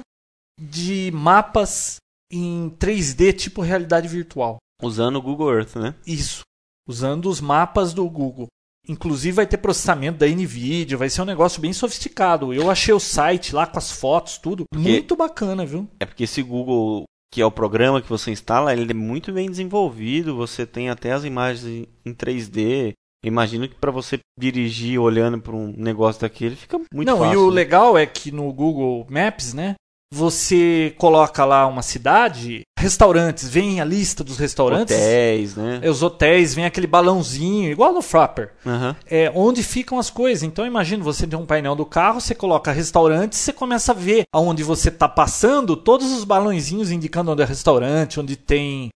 Speaker 3: de mapas em 3D tipo realidade virtual.
Speaker 2: Usando o Google Earth, né?
Speaker 3: Isso, usando os mapas do Google. Inclusive vai ter processamento da Nvidia, vai ser um negócio bem sofisticado. Eu achei o site lá com as fotos, tudo,
Speaker 2: Porque-
Speaker 3: muito bacana, viu?
Speaker 2: É porque esse Google, que é o programa que você instala, ele é muito bem desenvolvido, você tem até as imagens em- em 3D. Imagino que para você dirigir olhando para um negócio daquele fica muito
Speaker 3: Não,
Speaker 2: fácil.
Speaker 3: e o
Speaker 2: né?
Speaker 3: legal é que no Google Maps, né? Você coloca lá uma cidade, restaurantes, vem a lista dos restaurantes,
Speaker 2: Hotéis, né?
Speaker 3: é, os hotéis, vem aquele balãozinho, igual no Frapper.
Speaker 2: Aham.
Speaker 3: é, onde ficam as coisas. Então imagina, você tem um painel do carro, você coloca restaurante, você começa a ver aonde você está passando, todos os balãozinhos indicando onde é restaurante, onde tem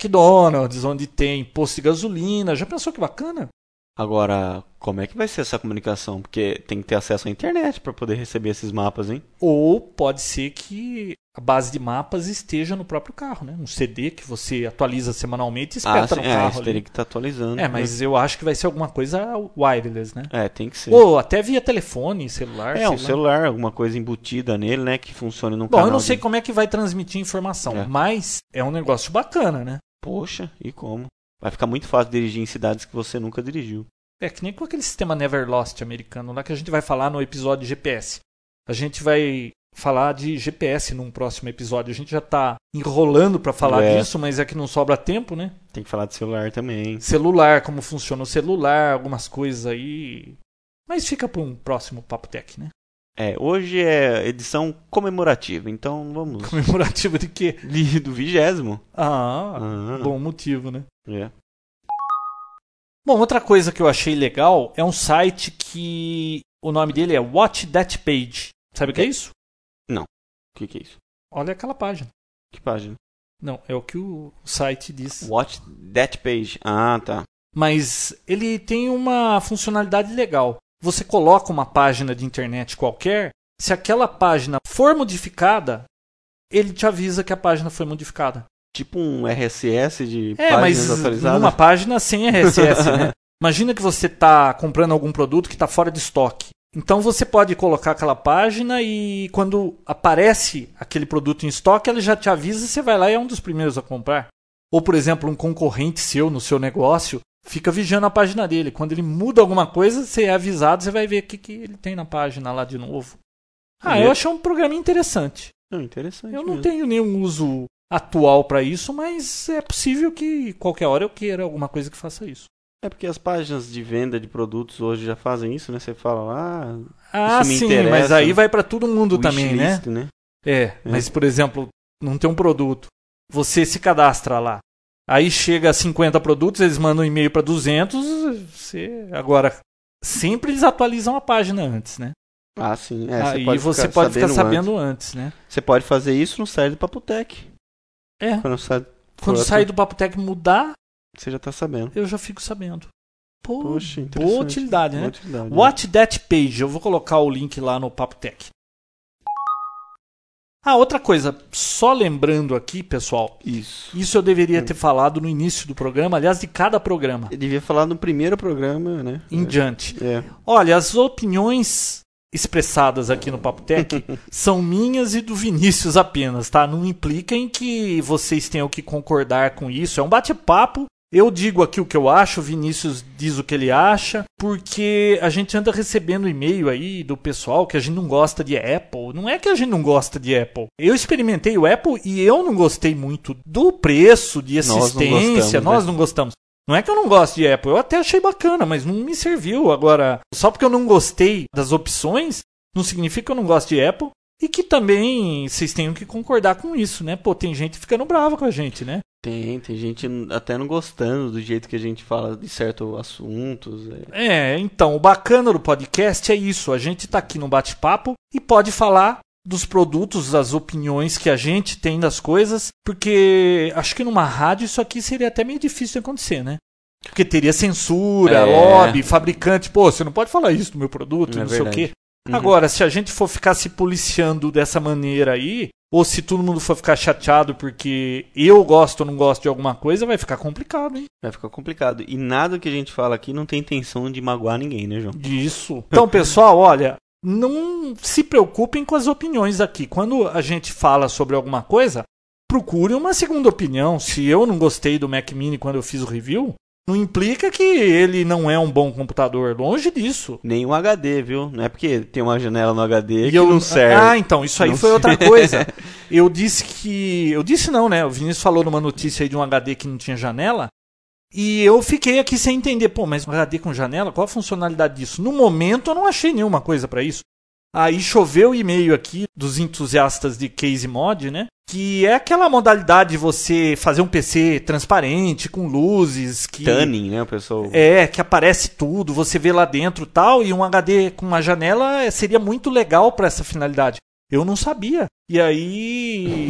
Speaker 3: McDonald's, onde tem posto de gasolina. Já pensou que bacana?
Speaker 2: Agora, como é que vai ser essa comunicação? Porque tem que ter acesso à internet para poder receber esses mapas, hein?
Speaker 3: Ou pode ser que a base de mapas esteja no próprio carro, né? Um CD que você atualiza semanalmente e
Speaker 2: sim,
Speaker 3: espeta no
Speaker 2: é, né?
Speaker 3: carro.
Speaker 2: isso
Speaker 3: ali.
Speaker 2: teria que estar atualizando.
Speaker 3: né? É, mas eu acho que vai ser alguma coisa wireless, né?
Speaker 2: né? É, tem que ser.
Speaker 3: Ou até via telefone, celular.
Speaker 2: é, um
Speaker 3: sei lá.
Speaker 2: celular, alguma coisa embutida nele, né? Que funcione num
Speaker 3: né? Bom,
Speaker 2: canal
Speaker 3: eu não sei
Speaker 2: de-
Speaker 3: como é que vai transmitir informação,
Speaker 2: É.
Speaker 3: mas é um negócio bacana, né?
Speaker 2: Poxa, e como? Vai ficar muito fácil dirigir em cidades que você nunca dirigiu.
Speaker 3: É que nem com aquele sistema Never Lost americano lá que a gente vai falar no episódio de GPS. A gente vai falar de GPS num próximo episódio. A gente já tá enrolando pra falar
Speaker 2: É.
Speaker 3: disso, mas é que não sobra tempo, né?
Speaker 2: Tem que falar de celular também.
Speaker 3: Celular, como funciona o celular, algumas coisas aí. Mas fica para um próximo Papo Tech, né? *laughs*
Speaker 2: É, hoje é edição comemorativa, então vamos.
Speaker 3: Comemorativo de quê?
Speaker 2: *laughs* De- Do vigésimo.
Speaker 3: Ah,
Speaker 2: Ah,
Speaker 3: bom motivo, né?
Speaker 2: é.
Speaker 3: Bom, outra coisa que eu achei legal é um site que o nome dele é Watch That Page. Sabe o que é isso?
Speaker 2: O que, que é isso?
Speaker 3: Olha aquela página.
Speaker 2: Que página?
Speaker 3: Não, é o que o site diz.
Speaker 2: Watch that page. Ah, tá.
Speaker 3: Mas ele tem uma funcionalidade legal. Você coloca uma página de internet qualquer, se aquela página for modificada, ele te avisa que a página foi modificada.
Speaker 2: Tipo um RSS de
Speaker 3: É,
Speaker 2: páginas
Speaker 3: mas
Speaker 2: atualizadas.
Speaker 3: numa página sem
Speaker 2: *laughs*
Speaker 3: RSS, né? Imagina que você está comprando algum produto que está fora de estoque. Então você pode colocar aquela página e quando aparece aquele produto em estoque, ele já te avisa, você vai lá e é um dos primeiros a comprar. Ou, por exemplo, um concorrente seu no seu negócio fica vigiando a página dele. Quando ele muda alguma coisa, você é avisado, você vai ver o que, que ele tem na página lá de novo. Ah,
Speaker 2: E
Speaker 3: eu
Speaker 2: é-
Speaker 3: achei um programa interessante.
Speaker 2: Não, Ah, interessante.
Speaker 3: Eu não
Speaker 2: mesmo.
Speaker 3: tenho nenhum uso atual para isso, mas é possível que qualquer hora eu queira alguma coisa que faça isso.
Speaker 2: É porque as páginas de venda de produtos hoje já fazem isso, né? Você fala lá.
Speaker 3: Ah,
Speaker 2: Isso me
Speaker 3: sim,
Speaker 2: interessa.
Speaker 3: mas aí vai para todo mundo também, né?
Speaker 2: wishlist, né?
Speaker 3: É, mas por exemplo, não tem um produto. Você se cadastra lá. Aí chega a 50 produtos, eles mandam um e-mail para 200, você agora sempre eles atualizam a página antes, né?
Speaker 2: Ah, sim. É,
Speaker 3: aí você pode ficar sabendo antes, né?
Speaker 2: antes. Você pode fazer isso no site do Papotec.
Speaker 3: É.
Speaker 2: Quando sai,
Speaker 3: Quando
Speaker 2: Correto.
Speaker 3: sair do Papotec mudar,
Speaker 2: você já tá sabendo.
Speaker 3: eu já fico sabendo. Pô,
Speaker 2: Poxa, interessante.
Speaker 3: boa utilidade, né?
Speaker 2: Boa utilidade, né?
Speaker 3: Watch That Page. Eu vou colocar o link lá no Papo Tech. Ah, outra coisa, só lembrando aqui, pessoal,
Speaker 2: Isso.
Speaker 3: isso eu deveria ter falado no início do programa, aliás, de cada programa
Speaker 2: Eu devia falar no primeiro programa, né?
Speaker 3: em diante.
Speaker 2: É.
Speaker 3: Olha, as opiniões expressadas aqui no Papo Tech são minhas e do Vinícius apenas, tá? Não implica em que vocês tenham que concordar com isso. É um bate-papo. Eu digo aqui o que eu acho, o Vinícius diz o que ele acha, porque a gente anda recebendo e-mail aí do pessoal que a gente não gosta de Apple. Não é que a gente não gosta de Apple. Eu experimentei o Apple e eu não gostei muito do preço, de
Speaker 2: não
Speaker 3: assistência.
Speaker 2: gostamos, né?
Speaker 3: Nós não gostamos. Não é que eu não gosto de Apple, eu até achei bacana, mas não me serviu. Agora, só porque eu não gostei das opções, não significa que eu não gosto de Apple. E que também vocês tenham que concordar com isso, né? Pô, tem gente ficando brava com a gente, né?
Speaker 2: Tem, tem gente até não gostando do jeito que a gente fala de certos assuntos. é.
Speaker 3: É, então, o bacana do podcast é isso. A gente tá aqui no bate-papo e pode falar dos produtos, das opiniões que a gente tem das coisas, porque acho que numa rádio isso aqui seria até meio difícil de acontecer, né? Porque teria censura,
Speaker 2: É.
Speaker 3: lobby, fabricante. Pô, você não pode falar isso do meu produto,
Speaker 2: É
Speaker 3: não sei o
Speaker 2: verdade.
Speaker 3: quê. Agora, se a gente for ficar se policiando dessa maneira aí, Ou se todo mundo for ficar chateado porque eu gosto ou não gosto de alguma coisa, vai ficar complicado, hein?
Speaker 2: Vai ficar complicado. E nada que a gente fala aqui não tem intenção de magoar ninguém, né, João?
Speaker 3: Disso. Então, pessoal, olha, não se preocupem com as opiniões aqui. Quando a gente fala sobre alguma coisa, procure uma segunda opinião. Se eu não gostei do Mac Mini quando eu fiz o review, não implica que ele não é um bom computador. Longe disso.
Speaker 2: Nem o HD, viu? Não é porque tem uma janela no HD
Speaker 3: E
Speaker 2: que
Speaker 3: eu-
Speaker 2: não serve.
Speaker 3: Ah, então, isso aí
Speaker 2: Não
Speaker 3: foi
Speaker 2: serve.
Speaker 3: outra
Speaker 2: *laughs*
Speaker 3: coisa. Eu disse que. Eu disse não, né? O Vinícius falou numa notícia aí de um HD que não tinha janela. E eu fiquei aqui sem entender, pô, mas um HD com janela, qual a funcionalidade disso? No momento eu não achei nenhuma coisa pra isso. Aí choveu e-mail aqui dos entusiastas de Case Mod, né? Que é aquela modalidade de você fazer um PC transparente, com luzes, que.
Speaker 2: Tanning, né, o pessoal?
Speaker 3: É, que aparece tudo, você vê lá dentro e tal, e um HD com uma janela eh, seria muito legal pra essa finalidade. Eu não sabia.
Speaker 2: *laughs*
Speaker 3: E aí.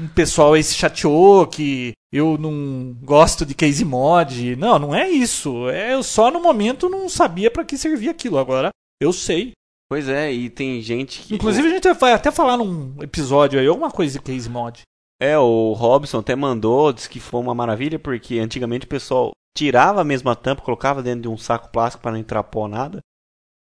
Speaker 3: o pessoal aí se chateou que eu não gosto de case mod. Não, não é isso. É, eu só no momento não sabia pra que servia aquilo. Agora eu sei.
Speaker 2: Pois é, e tem gente que.
Speaker 3: Inclusive a gente vai até falar num episódio aí, alguma coisa de case mod.
Speaker 2: É, o Robson até mandou, disse que foi uma maravilha, porque antigamente o pessoal tirava a mesma tampa, colocava dentro de um saco plástico para não entrar pó nada.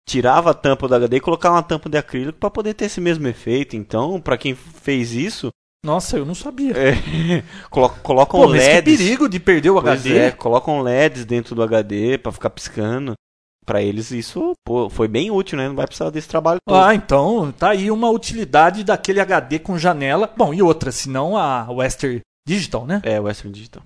Speaker 2: Tirava a tampa do HD e colocava uma tampa de acrílico para poder ter esse mesmo efeito. Então, para quem fez isso, *laughs*
Speaker 3: Nossa, eu não sabia.
Speaker 2: é, colo- colocam
Speaker 3: Pô, mas que
Speaker 2: LEDs.
Speaker 3: perigo de perder o
Speaker 2: Pois
Speaker 3: HD.
Speaker 2: é, colocam LEDs dentro do HD para ficar piscando. Para eles isso pô, foi bem útil, né? Não vai precisar desse trabalho todo.
Speaker 3: Ah, então tá aí uma utilidade daquele HD com janela. Bom, e outra, senão a Western Digital, né?
Speaker 2: É, Western Digital.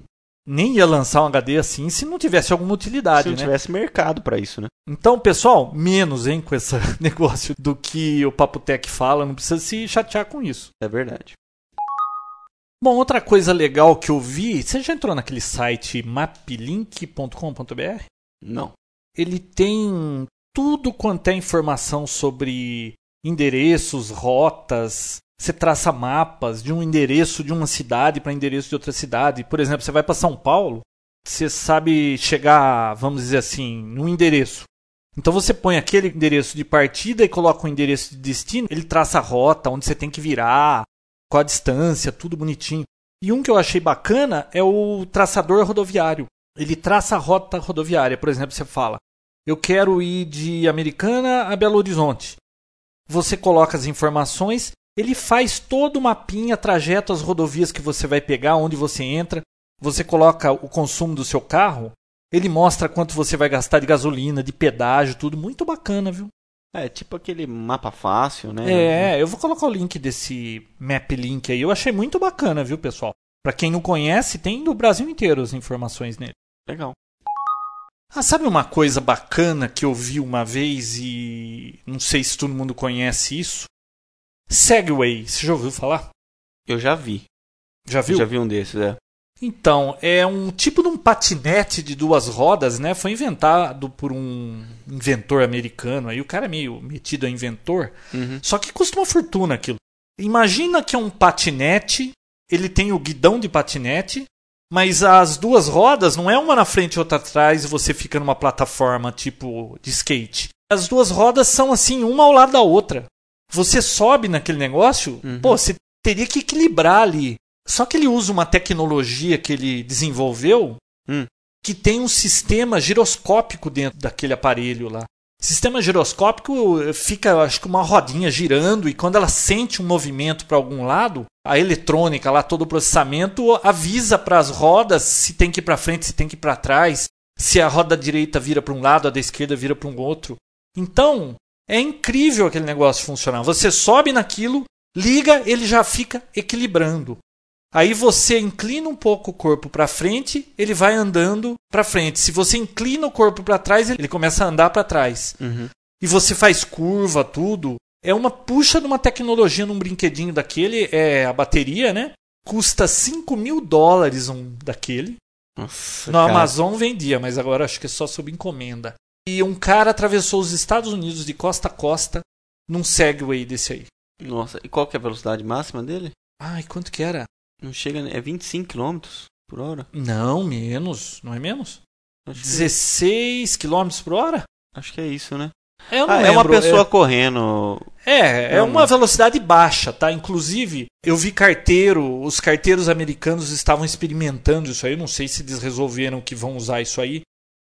Speaker 3: Nem ia lançar um HD assim se não tivesse alguma
Speaker 2: Se
Speaker 3: utilidade,
Speaker 2: não
Speaker 3: né?
Speaker 2: tivesse mercado para isso, né?
Speaker 3: Então, pessoal, menos, hein, com esse *laughs* negócio do que o Papo Tech fala, não precisa se chatear com isso.
Speaker 2: É verdade.
Speaker 3: Bom, outra coisa legal que eu vi, você já entrou naquele site maplink.com.br?
Speaker 2: Não.
Speaker 3: ele tem tudo quanto é informação sobre endereços, rotas. Você traça mapas de um endereço de uma cidade para endereço de outra cidade. Por exemplo, você vai para São Paulo, você sabe chegar, vamos dizer assim, num endereço. Então você põe aquele endereço de partida e coloca o endereço de destino, ele traça a rota, onde você tem que virar, qual a distância, tudo bonitinho. E um que eu achei bacana é o traçador rodoviário. Ele traça a rota rodoviária. Por exemplo, você fala: Eu quero ir de Americana a Belo Horizonte. Você coloca as informações, ele faz todo o mapinha, trajeto, as rodovias que você vai pegar, onde você entra. Você coloca o consumo do seu carro, ele mostra quanto você vai gastar de gasolina, de pedágio, tudo. Muito bacana, viu?
Speaker 2: É tipo aquele mapa fácil, né?
Speaker 3: É, eu vou colocar o link desse map link aí. Eu achei muito bacana, viu, pessoal? Pra quem não conhece, tem do Brasil inteiro as informações nele.
Speaker 2: Legal.
Speaker 3: Ah, sabe uma coisa bacana que eu vi uma vez e não sei se todo mundo conhece isso? Segway, você já ouviu falar?
Speaker 2: Eu já vi.
Speaker 3: Já viu?
Speaker 2: Eu já vi um desses, é.
Speaker 3: Então, é um tipo de um patinete de duas rodas, né? Foi inventado por um inventor americano aí, o cara é meio metido a inventor.
Speaker 2: Uhum.
Speaker 3: Só que custa uma fortuna aquilo. Imagina que é um patinete, ele tem o guidão de patinete, mas as duas rodas não é uma na frente e outra atrás e você fica numa plataforma tipo de skate. As duas rodas são assim, uma ao lado da outra. Você sobe naquele negócio,
Speaker 2: Uhum.
Speaker 3: pô, você teria que equilibrar ali. Só que ele usa uma tecnologia que ele desenvolveu
Speaker 2: Hum.
Speaker 3: que tem um sistema giroscópico dentro daquele aparelho lá. Sistema giroscópico eh, fica, eu acho que uma rodinha girando e quando ela sente um movimento para algum lado, a eletrônica lá, todo o processamento avisa para as rodas se tem que ir para frente, se tem que ir para trás, se a roda direita vira para um lado, a da esquerda vira para um outro. Então, é incrível aquele negócio funcionar. Você sobe naquilo, liga, ele já fica equilibrando. Aí você inclina um pouco o corpo para frente, ele vai andando para frente. Se você inclina o corpo para trás, ele começa a andar para trás
Speaker 2: Uhum.
Speaker 3: e você faz curva, tudo. É uma puxa de uma tecnologia num brinquedinho daquele, é a bateria, né? Custa 5 mil dólares um daquele.
Speaker 2: Nossa,
Speaker 3: No
Speaker 2: cara.
Speaker 3: Amazon vendia, mas agora acho que é só sob encomenda. E um cara atravessou os Estados Unidos de costa a costa num Segway desse aí.
Speaker 2: Nossa, e qual que é a velocidade máxima dele?
Speaker 3: Ai, quanto que era?
Speaker 2: Não chega, é 25 km por hora?
Speaker 3: Não, menos. Não é menos?
Speaker 2: Acho, que,
Speaker 3: 16 km por hora?
Speaker 2: acho que é isso, né?
Speaker 3: Eu não
Speaker 2: Ah, é
Speaker 3: lembro,
Speaker 2: uma pessoa correndo.
Speaker 3: É, é
Speaker 2: Não,
Speaker 3: uma
Speaker 2: não.
Speaker 3: velocidade baixa, tá? Inclusive, eu vi carteiro, os carteiros americanos estavam experimentando isso aí, eu não sei se eles resolveram que vão usar isso aí.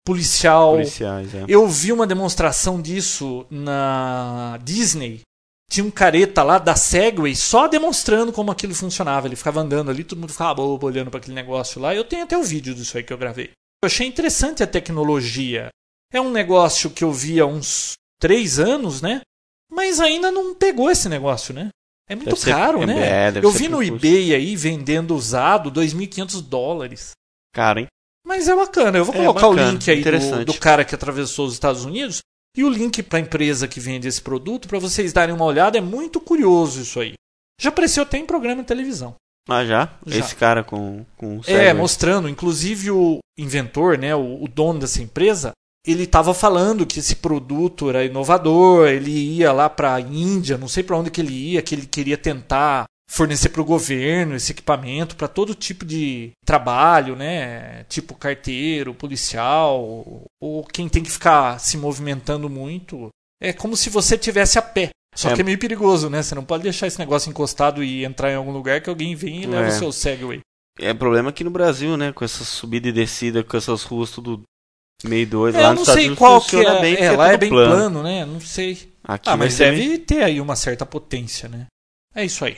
Speaker 3: Policial.
Speaker 2: Policiais, é.
Speaker 3: Eu vi uma demonstração disso na Disney. Tinha um careta lá da Segway só demonstrando como aquilo funcionava. Ele ficava andando ali, todo mundo ficava "Ah, bobo olhando para aquele negócio lá. Eu tenho até o vídeo disso aí que eu gravei. Eu achei interessante a tecnologia. É um negócio que eu vi há uns três anos, né? Mas ainda não pegou esse negócio, né? É muito
Speaker 2: Deve ser-
Speaker 3: caro,
Speaker 2: é,
Speaker 3: né?
Speaker 2: deve
Speaker 3: eu
Speaker 2: ser
Speaker 3: vi no
Speaker 2: precursor.
Speaker 3: eBay aí vendendo usado 2.500 dólares.
Speaker 2: Cara, hein?
Speaker 3: Mas é bacana. Eu vou
Speaker 2: É
Speaker 3: colocar o
Speaker 2: bacana,
Speaker 3: link aí do,
Speaker 2: interessante.
Speaker 3: do cara que atravessou os Estados Unidos e o link para a empresa que vende esse produto para vocês darem uma olhada. É muito curioso isso aí. Já apareceu até em programa de televisão.
Speaker 2: Ah, já?
Speaker 3: Já.
Speaker 2: Esse cara com, com o
Speaker 3: É,
Speaker 2: Segway.
Speaker 3: mostrando. Inclusive o inventor, né, o, o dono dessa empresa, ele estava falando que esse produto era inovador. Ele ia lá para a Índia, não sei para onde que ele ia, que ele queria tentar fornecer para o governo esse equipamento para todo tipo de trabalho, né? Tipo carteiro, policial, ou quem tem que ficar se movimentando muito. É como se você tivesse a pé. Só
Speaker 2: É.
Speaker 3: que é meio perigoso, né? Você não pode deixar esse negócio encostado e entrar em algum lugar que alguém vem e leva
Speaker 2: É.
Speaker 3: o seu Segway.
Speaker 2: É problema aqui no Brasil, né? Com essa subida e descida, com essas ruas tudo meio doido.
Speaker 3: É,
Speaker 2: lá
Speaker 3: eu
Speaker 2: nos
Speaker 3: não
Speaker 2: Estados
Speaker 3: sei
Speaker 2: Unidos
Speaker 3: qual que
Speaker 2: funciona
Speaker 3: é.
Speaker 2: bem,
Speaker 3: é,
Speaker 2: porque é,
Speaker 3: lá
Speaker 2: tudo
Speaker 3: é bem plano.
Speaker 2: plano. é
Speaker 3: né? Não sei.
Speaker 2: Aqui,
Speaker 3: Ah, mas
Speaker 2: também-
Speaker 3: deve ter aí uma certa potência, né? É isso aí.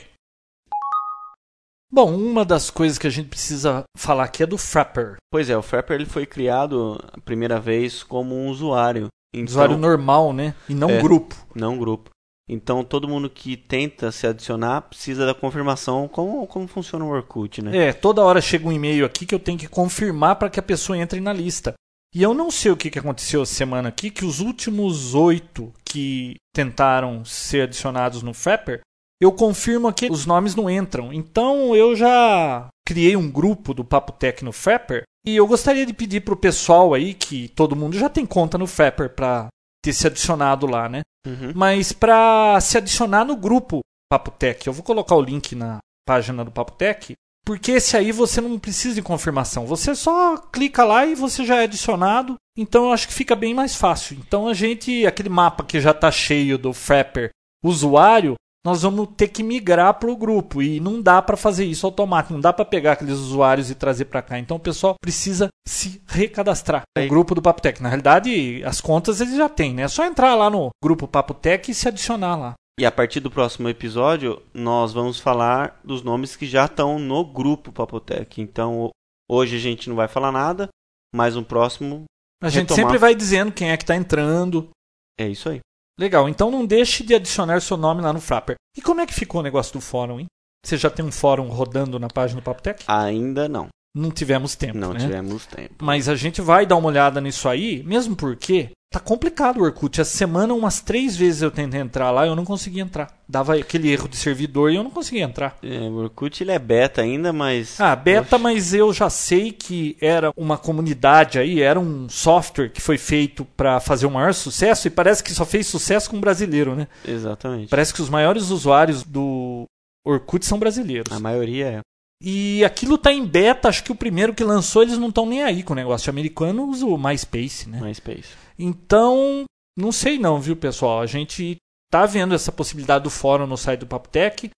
Speaker 3: Bom, uma das coisas que a gente precisa falar aqui é do Frapper.
Speaker 2: Pois é, o Frapper ele foi criado a primeira vez como um usuário. Então,
Speaker 3: usuário normal, né? E não
Speaker 2: É.
Speaker 3: grupo.
Speaker 2: Não um grupo. Então todo mundo que tenta se adicionar precisa da confirmação como, como funciona o Orkut, né?
Speaker 3: É, toda hora chega um e-mail aqui que eu tenho que confirmar para que a pessoa entre na lista. E eu não sei o que, que aconteceu essa semana aqui, que os últimos oito que tentaram ser adicionados no Frapper, eu confirmo aqui os nomes não entram. Então eu já criei um grupo do Papo Tech no Frapper e eu gostaria de pedir pro pessoal aí que todo mundo já tem conta no Frapper para ter se adicionado lá, né?
Speaker 2: Uhum.
Speaker 3: mas para se adicionar no grupo Papotec. Eu vou colocar o link na página do Papotec, porque esse aí você não precisa de confirmação. Você só clica lá e você já é adicionado. Então eu acho que fica bem mais fácil. Então a gente, aquele mapa que já está cheio do Frapper usuário, nós vamos ter que migrar para o grupo e não dá para fazer isso automático, não dá para pegar aqueles usuários e trazer para cá. Então o pessoal precisa se recadastrar no
Speaker 2: Aí.
Speaker 3: grupo do Papotec. Na realidade, as contas eles já têm, né? É só entrar lá no grupo Papotec e se adicionar lá.
Speaker 2: E a partir do próximo episódio, nós vamos falar dos nomes que já estão no grupo Papotec. Então, o- hoje a gente não vai falar nada, mas um próximo
Speaker 3: A gente
Speaker 2: Retomar.
Speaker 3: sempre vai dizendo quem é que está entrando.
Speaker 2: é isso aí.
Speaker 3: Legal, então não deixe de adicionar seu nome lá no Frapper. E como é que ficou o negócio do fórum, hein? Você já tem um fórum rodando na página do Papotec?
Speaker 2: Ainda não.
Speaker 3: Não tivemos tempo,
Speaker 2: não
Speaker 3: né?
Speaker 2: tivemos tempo.
Speaker 3: Mas a gente vai dar uma olhada nisso aí, mesmo porque tá complicado o Orkut. Essa semana, umas três vezes eu tentei entrar lá e eu não consegui entrar. Dava aquele erro de servidor e eu não consegui entrar.
Speaker 2: É, o Orkut ele é beta ainda, mas.
Speaker 3: Ah, beta, mas eu já sei que era uma comunidade aí, era um software que foi feito pra fazer o maior sucesso e parece que só fez sucesso com brasileiro, né?
Speaker 2: Exatamente.
Speaker 3: Parece que os maiores usuários do Orkut são brasileiros.
Speaker 2: A maioria é.
Speaker 3: E aquilo tá em beta, acho que o primeiro que lançou eles não estão nem aí com o negócio. O americano usa o MySpace, né?
Speaker 2: MySpace.
Speaker 3: Então, não sei não, viu, pessoal? A gente tá vendo essa possibilidade do fórum no site do Papotec.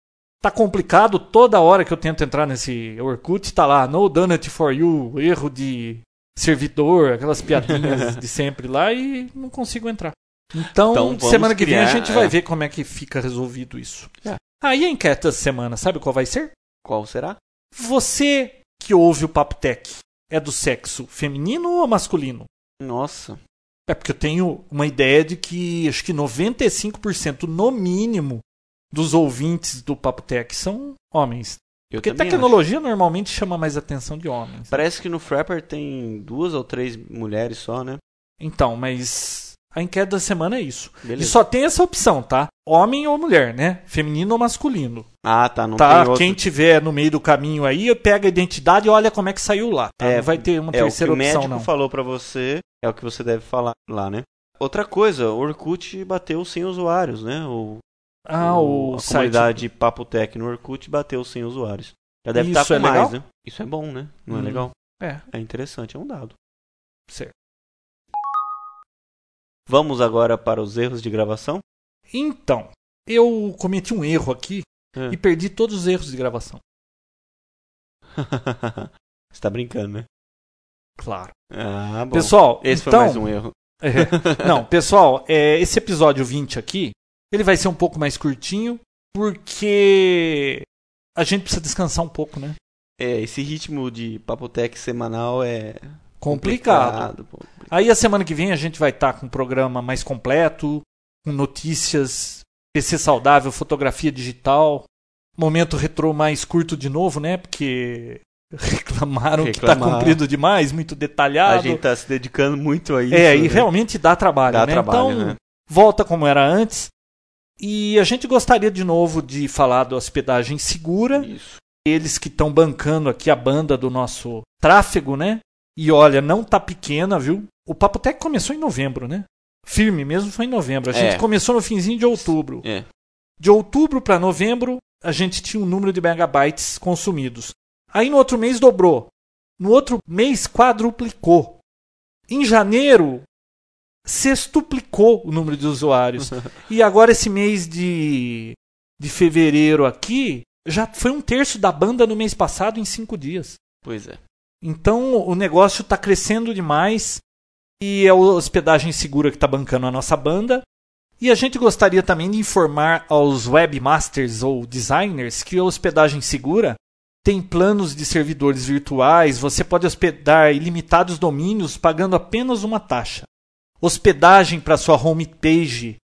Speaker 3: Tá complicado, toda hora que eu tento entrar nesse Orkut, tá lá, no donut for you, erro de servidor,
Speaker 2: *laughs*
Speaker 3: aquelas piadinhas de sempre lá e não consigo entrar. Então,
Speaker 2: Então, vamos
Speaker 3: semana que vem a
Speaker 2: criar,
Speaker 3: gente vai
Speaker 2: é.
Speaker 3: ver como é que fica resolvido isso.
Speaker 2: É.
Speaker 3: Aí a enquete dessa semana, sabe qual vai ser?
Speaker 2: Qual será?
Speaker 3: Você que ouve o Papotec é do sexo feminino ou masculino?
Speaker 2: Nossa.
Speaker 3: É porque eu tenho uma ideia de que acho que 95% no mínimo dos ouvintes do Papo Tech são homens.
Speaker 2: Eu
Speaker 3: Porque
Speaker 2: também
Speaker 3: tecnologia normalmente chama mais atenção de homens.
Speaker 2: acho. Parece que no Frapper tem duas ou três mulheres só, né?
Speaker 3: Então, mas a enquete da semana é isso. E
Speaker 2: Beleza.
Speaker 3: só tem essa opção, tá? Homem ou mulher, né? Feminino ou masculino.
Speaker 2: Ah, tá. Não
Speaker 3: tá?
Speaker 2: tem outro.
Speaker 3: Quem tiver no meio do caminho aí, pega a identidade e olha como é que saiu lá. tá?
Speaker 2: É,
Speaker 3: não vai ter uma
Speaker 2: é
Speaker 3: terceira
Speaker 2: o que o
Speaker 3: opção,
Speaker 2: médico
Speaker 3: não.
Speaker 2: falou pra você, é o que você deve falar lá, né? Outra coisa, o Orkut bateu 100 usuários, né? O,
Speaker 3: Ah, o,
Speaker 2: a
Speaker 3: site.
Speaker 2: comunidade Papo Tech no Orkut bateu 100 usuários. Já deve
Speaker 3: Isso
Speaker 2: estar com
Speaker 3: é
Speaker 2: mais,
Speaker 3: legal?
Speaker 2: né? Isso é bom, né? Não é
Speaker 3: Hum.
Speaker 2: legal?
Speaker 3: É.
Speaker 2: É interessante, é um dado.
Speaker 3: Certo.
Speaker 2: Vamos agora para os erros de gravação? *laughs*
Speaker 3: Então, eu cometi um erro aqui
Speaker 2: É.
Speaker 3: e perdi todos os erros de gravação.
Speaker 2: Você tá brincando, né?
Speaker 3: Claro.
Speaker 2: Ah, bom.
Speaker 3: pessoal,
Speaker 2: Esse
Speaker 3: então,
Speaker 2: foi mais um erro.
Speaker 3: É. Não, pessoal, é, esse episódio 20 aqui, ele vai ser um pouco mais curtinho, porque a gente precisa descansar um pouco, né?
Speaker 2: É, esse ritmo de papotec semanal é
Speaker 3: Complicado.
Speaker 2: complicado. pô.
Speaker 3: Aí a semana que vem a gente vai estar com um programa mais completo, com notícias, PC saudável, fotografia digital, momento retrô mais curto de novo, né? Porque *laughs* reclamaram, que tá
Speaker 2: Reclamaram.
Speaker 3: comprido demais, muito
Speaker 2: A
Speaker 3: detalhado.
Speaker 2: gente tá se dedicando muito a isso.
Speaker 3: Ah, é, e
Speaker 2: né?
Speaker 3: realmente dá trabalho,
Speaker 2: Dá
Speaker 3: né?
Speaker 2: trabalho,
Speaker 3: então,
Speaker 2: né?
Speaker 3: volta como era antes. E a gente gostaria de novo de falar da hospedagem segura,
Speaker 2: Isso.
Speaker 3: eles que estão bancando aqui a banda do nosso tráfego, né? E olha, não tá pequena, viu? O Papotec começou em novembro, né? Firme mesmo foi em novembro. A gente
Speaker 2: É.
Speaker 3: começou no finzinho de outubro.
Speaker 2: É.
Speaker 3: De outubro para novembro, a gente tinha um número de megabytes consumidos. Aí no outro mês dobrou. No outro mês quadruplicou. Em janeiro, sextuplicou o número de usuários. e agora esse mês de, de fevereiro aqui, já foi um terço da banda no mês passado em cinco dias.
Speaker 2: Pois é.
Speaker 3: Então o negócio está crescendo demais e é a hospedagem segura que está bancando a nossa banda. E a gente gostaria também de informar aos webmasters ou designers que a hospedagem segura tem planos de servidores virtuais, você pode hospedar ilimitados domínios pagando apenas uma taxa. Hospedagem para sua homepage,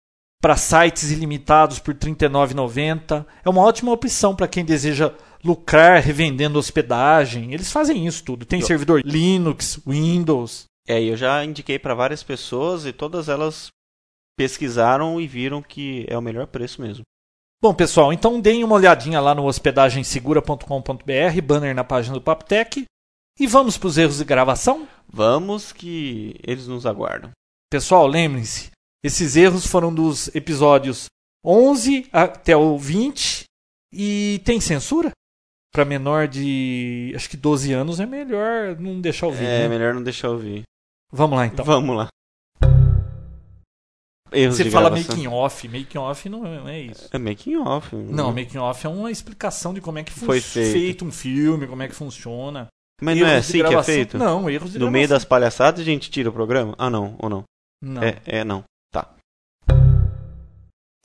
Speaker 3: para sites ilimitados por R$ 39,90. É uma ótima opção para quem deseja lucrar revendendo hospedagem. Eles fazem isso tudo. Tem
Speaker 2: Eu-
Speaker 3: servidor Linux, Windows.
Speaker 2: É, e eu já indiquei para várias pessoas e todas elas pesquisaram e viram que é o melhor preço mesmo.
Speaker 3: Bom, pessoal, então deem uma olhadinha lá no hospedagensegura.com.br, banner na página do Papotec. E vamos para os erros de gravação?
Speaker 2: Vamos que eles nos aguardam.
Speaker 3: Pessoal, lembrem-se, esses erros foram dos episódios 11 até o 20 e tem censura? Para menor de, acho que 12 anos é melhor não deixar ouvir.
Speaker 2: É
Speaker 3: né?
Speaker 2: melhor não deixar eu ouvir.
Speaker 3: Vamos lá então.
Speaker 2: Vamos lá. Erros
Speaker 3: Você
Speaker 2: de
Speaker 3: fala
Speaker 2: gravação.
Speaker 3: making off, making off não é, não é isso.
Speaker 2: É making off.
Speaker 3: Não, making off é uma explicação de como é que fun-
Speaker 2: Foi feito.
Speaker 3: um filme, como é que funciona.
Speaker 2: Mas não é
Speaker 3: Erros de
Speaker 2: assim que é
Speaker 3: gravação-
Speaker 2: feito?
Speaker 3: Não, erros de
Speaker 2: No meio das palhaçadas a gente tira o programa? Ah, não, ou não?
Speaker 3: Não.
Speaker 2: É, é, não.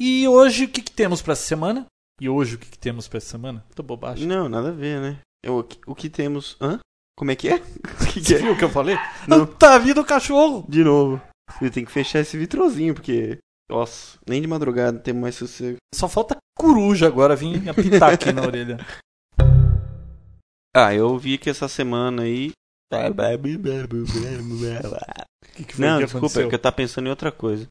Speaker 3: E hoje o que, que temos para essa semana? E hoje o que, que temos para essa semana?
Speaker 2: *laughs*
Speaker 3: Tô bobagem.
Speaker 2: Não, nada a ver, né? Eu- o que- o que temos. Hã? Como é *laughs* que é? O que que
Speaker 3: Você
Speaker 2: é?
Speaker 3: viu o que eu falei?
Speaker 2: Não.
Speaker 3: Não tá vindo o cachorro.
Speaker 2: De novo. Eu tenho que fechar esse vitrozinho, porque. Nossa, nem de madrugada temos mais sossego.
Speaker 3: Só falta coruja agora vir apitar aqui na
Speaker 2: *laughs*
Speaker 3: orelha.
Speaker 2: Ah, eu vi que essa semana aí. Tá,
Speaker 3: O que, que
Speaker 2: *laughs*
Speaker 3: foi
Speaker 2: Não, desculpa,
Speaker 3: que
Speaker 2: é
Speaker 3: aconteceu?
Speaker 2: porque eu tava pensando em outra coisa.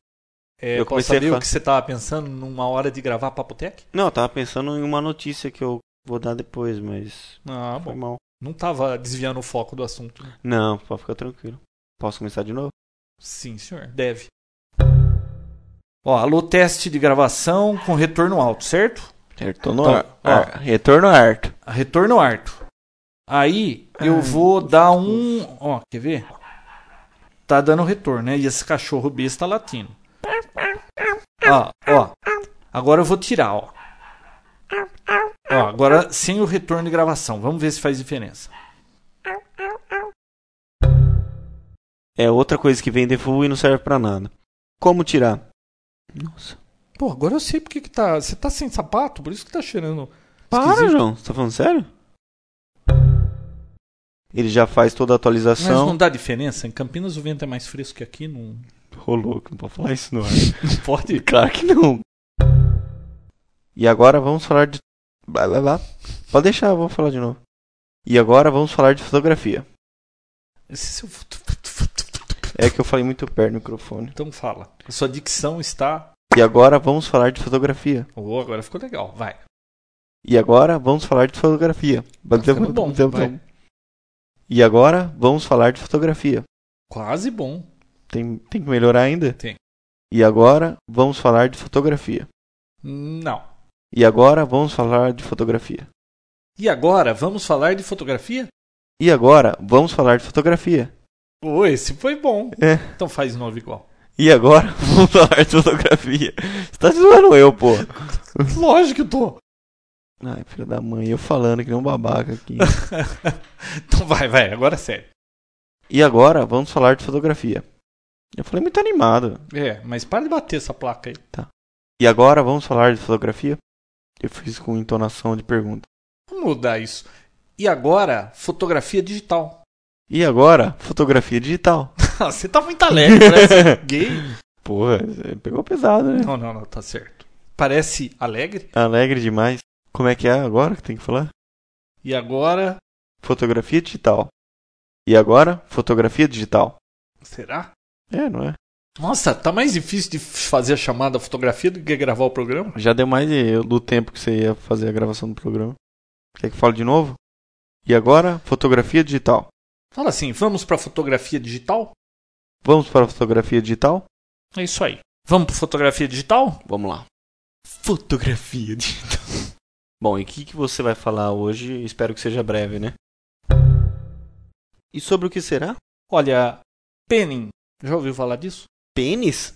Speaker 3: É,
Speaker 2: eu
Speaker 3: posso
Speaker 2: comecei a
Speaker 3: saber
Speaker 2: fa-
Speaker 3: o que você tava pensando numa hora de gravar Papotec?
Speaker 2: Não, eu tava pensando em uma notícia que eu vou dar depois, mas.
Speaker 3: Ah,
Speaker 2: Foi
Speaker 3: bom.
Speaker 2: mal.
Speaker 3: Não tava desviando o foco do assunto.
Speaker 2: Não, pode ficar tranquilo. Posso começar de novo?
Speaker 3: Sim, senhor. Deve. Ó, alô, teste de gravação com retorno alto, certo?
Speaker 2: Retorno
Speaker 3: Então,
Speaker 2: ar- ar- Retorno harto.
Speaker 3: Retorno alto. Aí eu
Speaker 2: Ai,
Speaker 3: vou dar um. Ó, quer ver? Tá dando retorno, né? E esse cachorro besta latindo. Ó, ó. Agora eu vou tirar, ó. Ó, agora sem o retorno de gravação. Vamos ver se faz diferença.
Speaker 2: É outra coisa que vem de full e não serve pra nada. Como tirar? Nossa.
Speaker 3: Pô, agora eu sei porque que tá. Você tá sem sapato, por isso que tá cheirando.
Speaker 2: Para, João. Você tá falando sério? Ele já faz toda a
Speaker 3: Mas
Speaker 2: atualização.
Speaker 3: não dá diferença? Em Campinas o vento é mais fresco que aqui, não.
Speaker 2: Ô, louco, não pode falar
Speaker 3: *laughs*
Speaker 2: isso no ar.
Speaker 3: Pode?
Speaker 2: claro que não. E agora vamos falar de. Blá, blá, blá. Pode deixar, eu vou falar de novo. E agora vamos falar de fotografia.
Speaker 3: Esse seu futu-
Speaker 2: É que eu falei muito perto do microfone.
Speaker 3: Então fala. A sua dicção está.
Speaker 2: E agora vamos falar de fotografia.
Speaker 3: Oh, agora ficou legal. Vai.
Speaker 2: E agora vamos falar de fotografia.
Speaker 3: ficando é bom,
Speaker 2: um
Speaker 3: vai.
Speaker 2: E agora vamos falar de fotografia.
Speaker 3: Quase bom.
Speaker 2: Tem, tem que melhorar ainda?
Speaker 3: Tem.
Speaker 2: E agora vamos falar de fotografia.
Speaker 3: Não.
Speaker 2: E agora vamos falar de fotografia.
Speaker 3: E agora, vamos falar de fotografia?
Speaker 2: E agora vamos falar de fotografia.
Speaker 3: Pô, esse foi bom.
Speaker 2: É.
Speaker 3: Então faz novo igual.
Speaker 2: E agora, *laughs* vamos falar de fotografia. Você tá zoando eu, pô.
Speaker 3: Lógico que eu tô. *laughs*
Speaker 2: Ai, filho da mãe, eu falando que nem um babaca aqui.
Speaker 3: Então vai, vai, agora é sério.
Speaker 2: E agora, vamos falar de fotografia. Eu falei muito animado.
Speaker 3: É, mas para de bater essa placa aí.
Speaker 2: E agora, vamos falar de fotografia? Eu fiz com entonação de pergunta.
Speaker 3: Vamos mudar isso. E agora, fotografia digital. *laughs*
Speaker 2: E agora, fotografia digital.
Speaker 3: Você tá muito alegre, parece gay.
Speaker 2: Porra, você pegou pesado, né?
Speaker 3: Não, não, não, tá certo. Parece alegre.
Speaker 2: Alegre demais. Como é que é agora que tem que falar?
Speaker 3: E agora,
Speaker 2: Fotografia digital. E agora, fotografia digital.
Speaker 3: será?
Speaker 2: É, não é?
Speaker 3: Nossa, tá mais difícil de fazer a chamada fotografia do que gravar o programa?
Speaker 2: Já deu mais de- do tempo que você ia fazer a gravação do programa. Quer que fale de novo? E agora, fotografia digital.
Speaker 3: Fala assim, vamos pra fotografia digital?
Speaker 2: Vamos para a fotografia digital?
Speaker 3: É isso aí. Vamos pra fotografia digital?
Speaker 2: Vamos lá. Fotografia digital. Bom, e o que, que você vai falar hoje? Espero que seja breve, né? E sobre o que será?
Speaker 3: Olha, penning. Já ouviu falar disso?
Speaker 2: Pênis?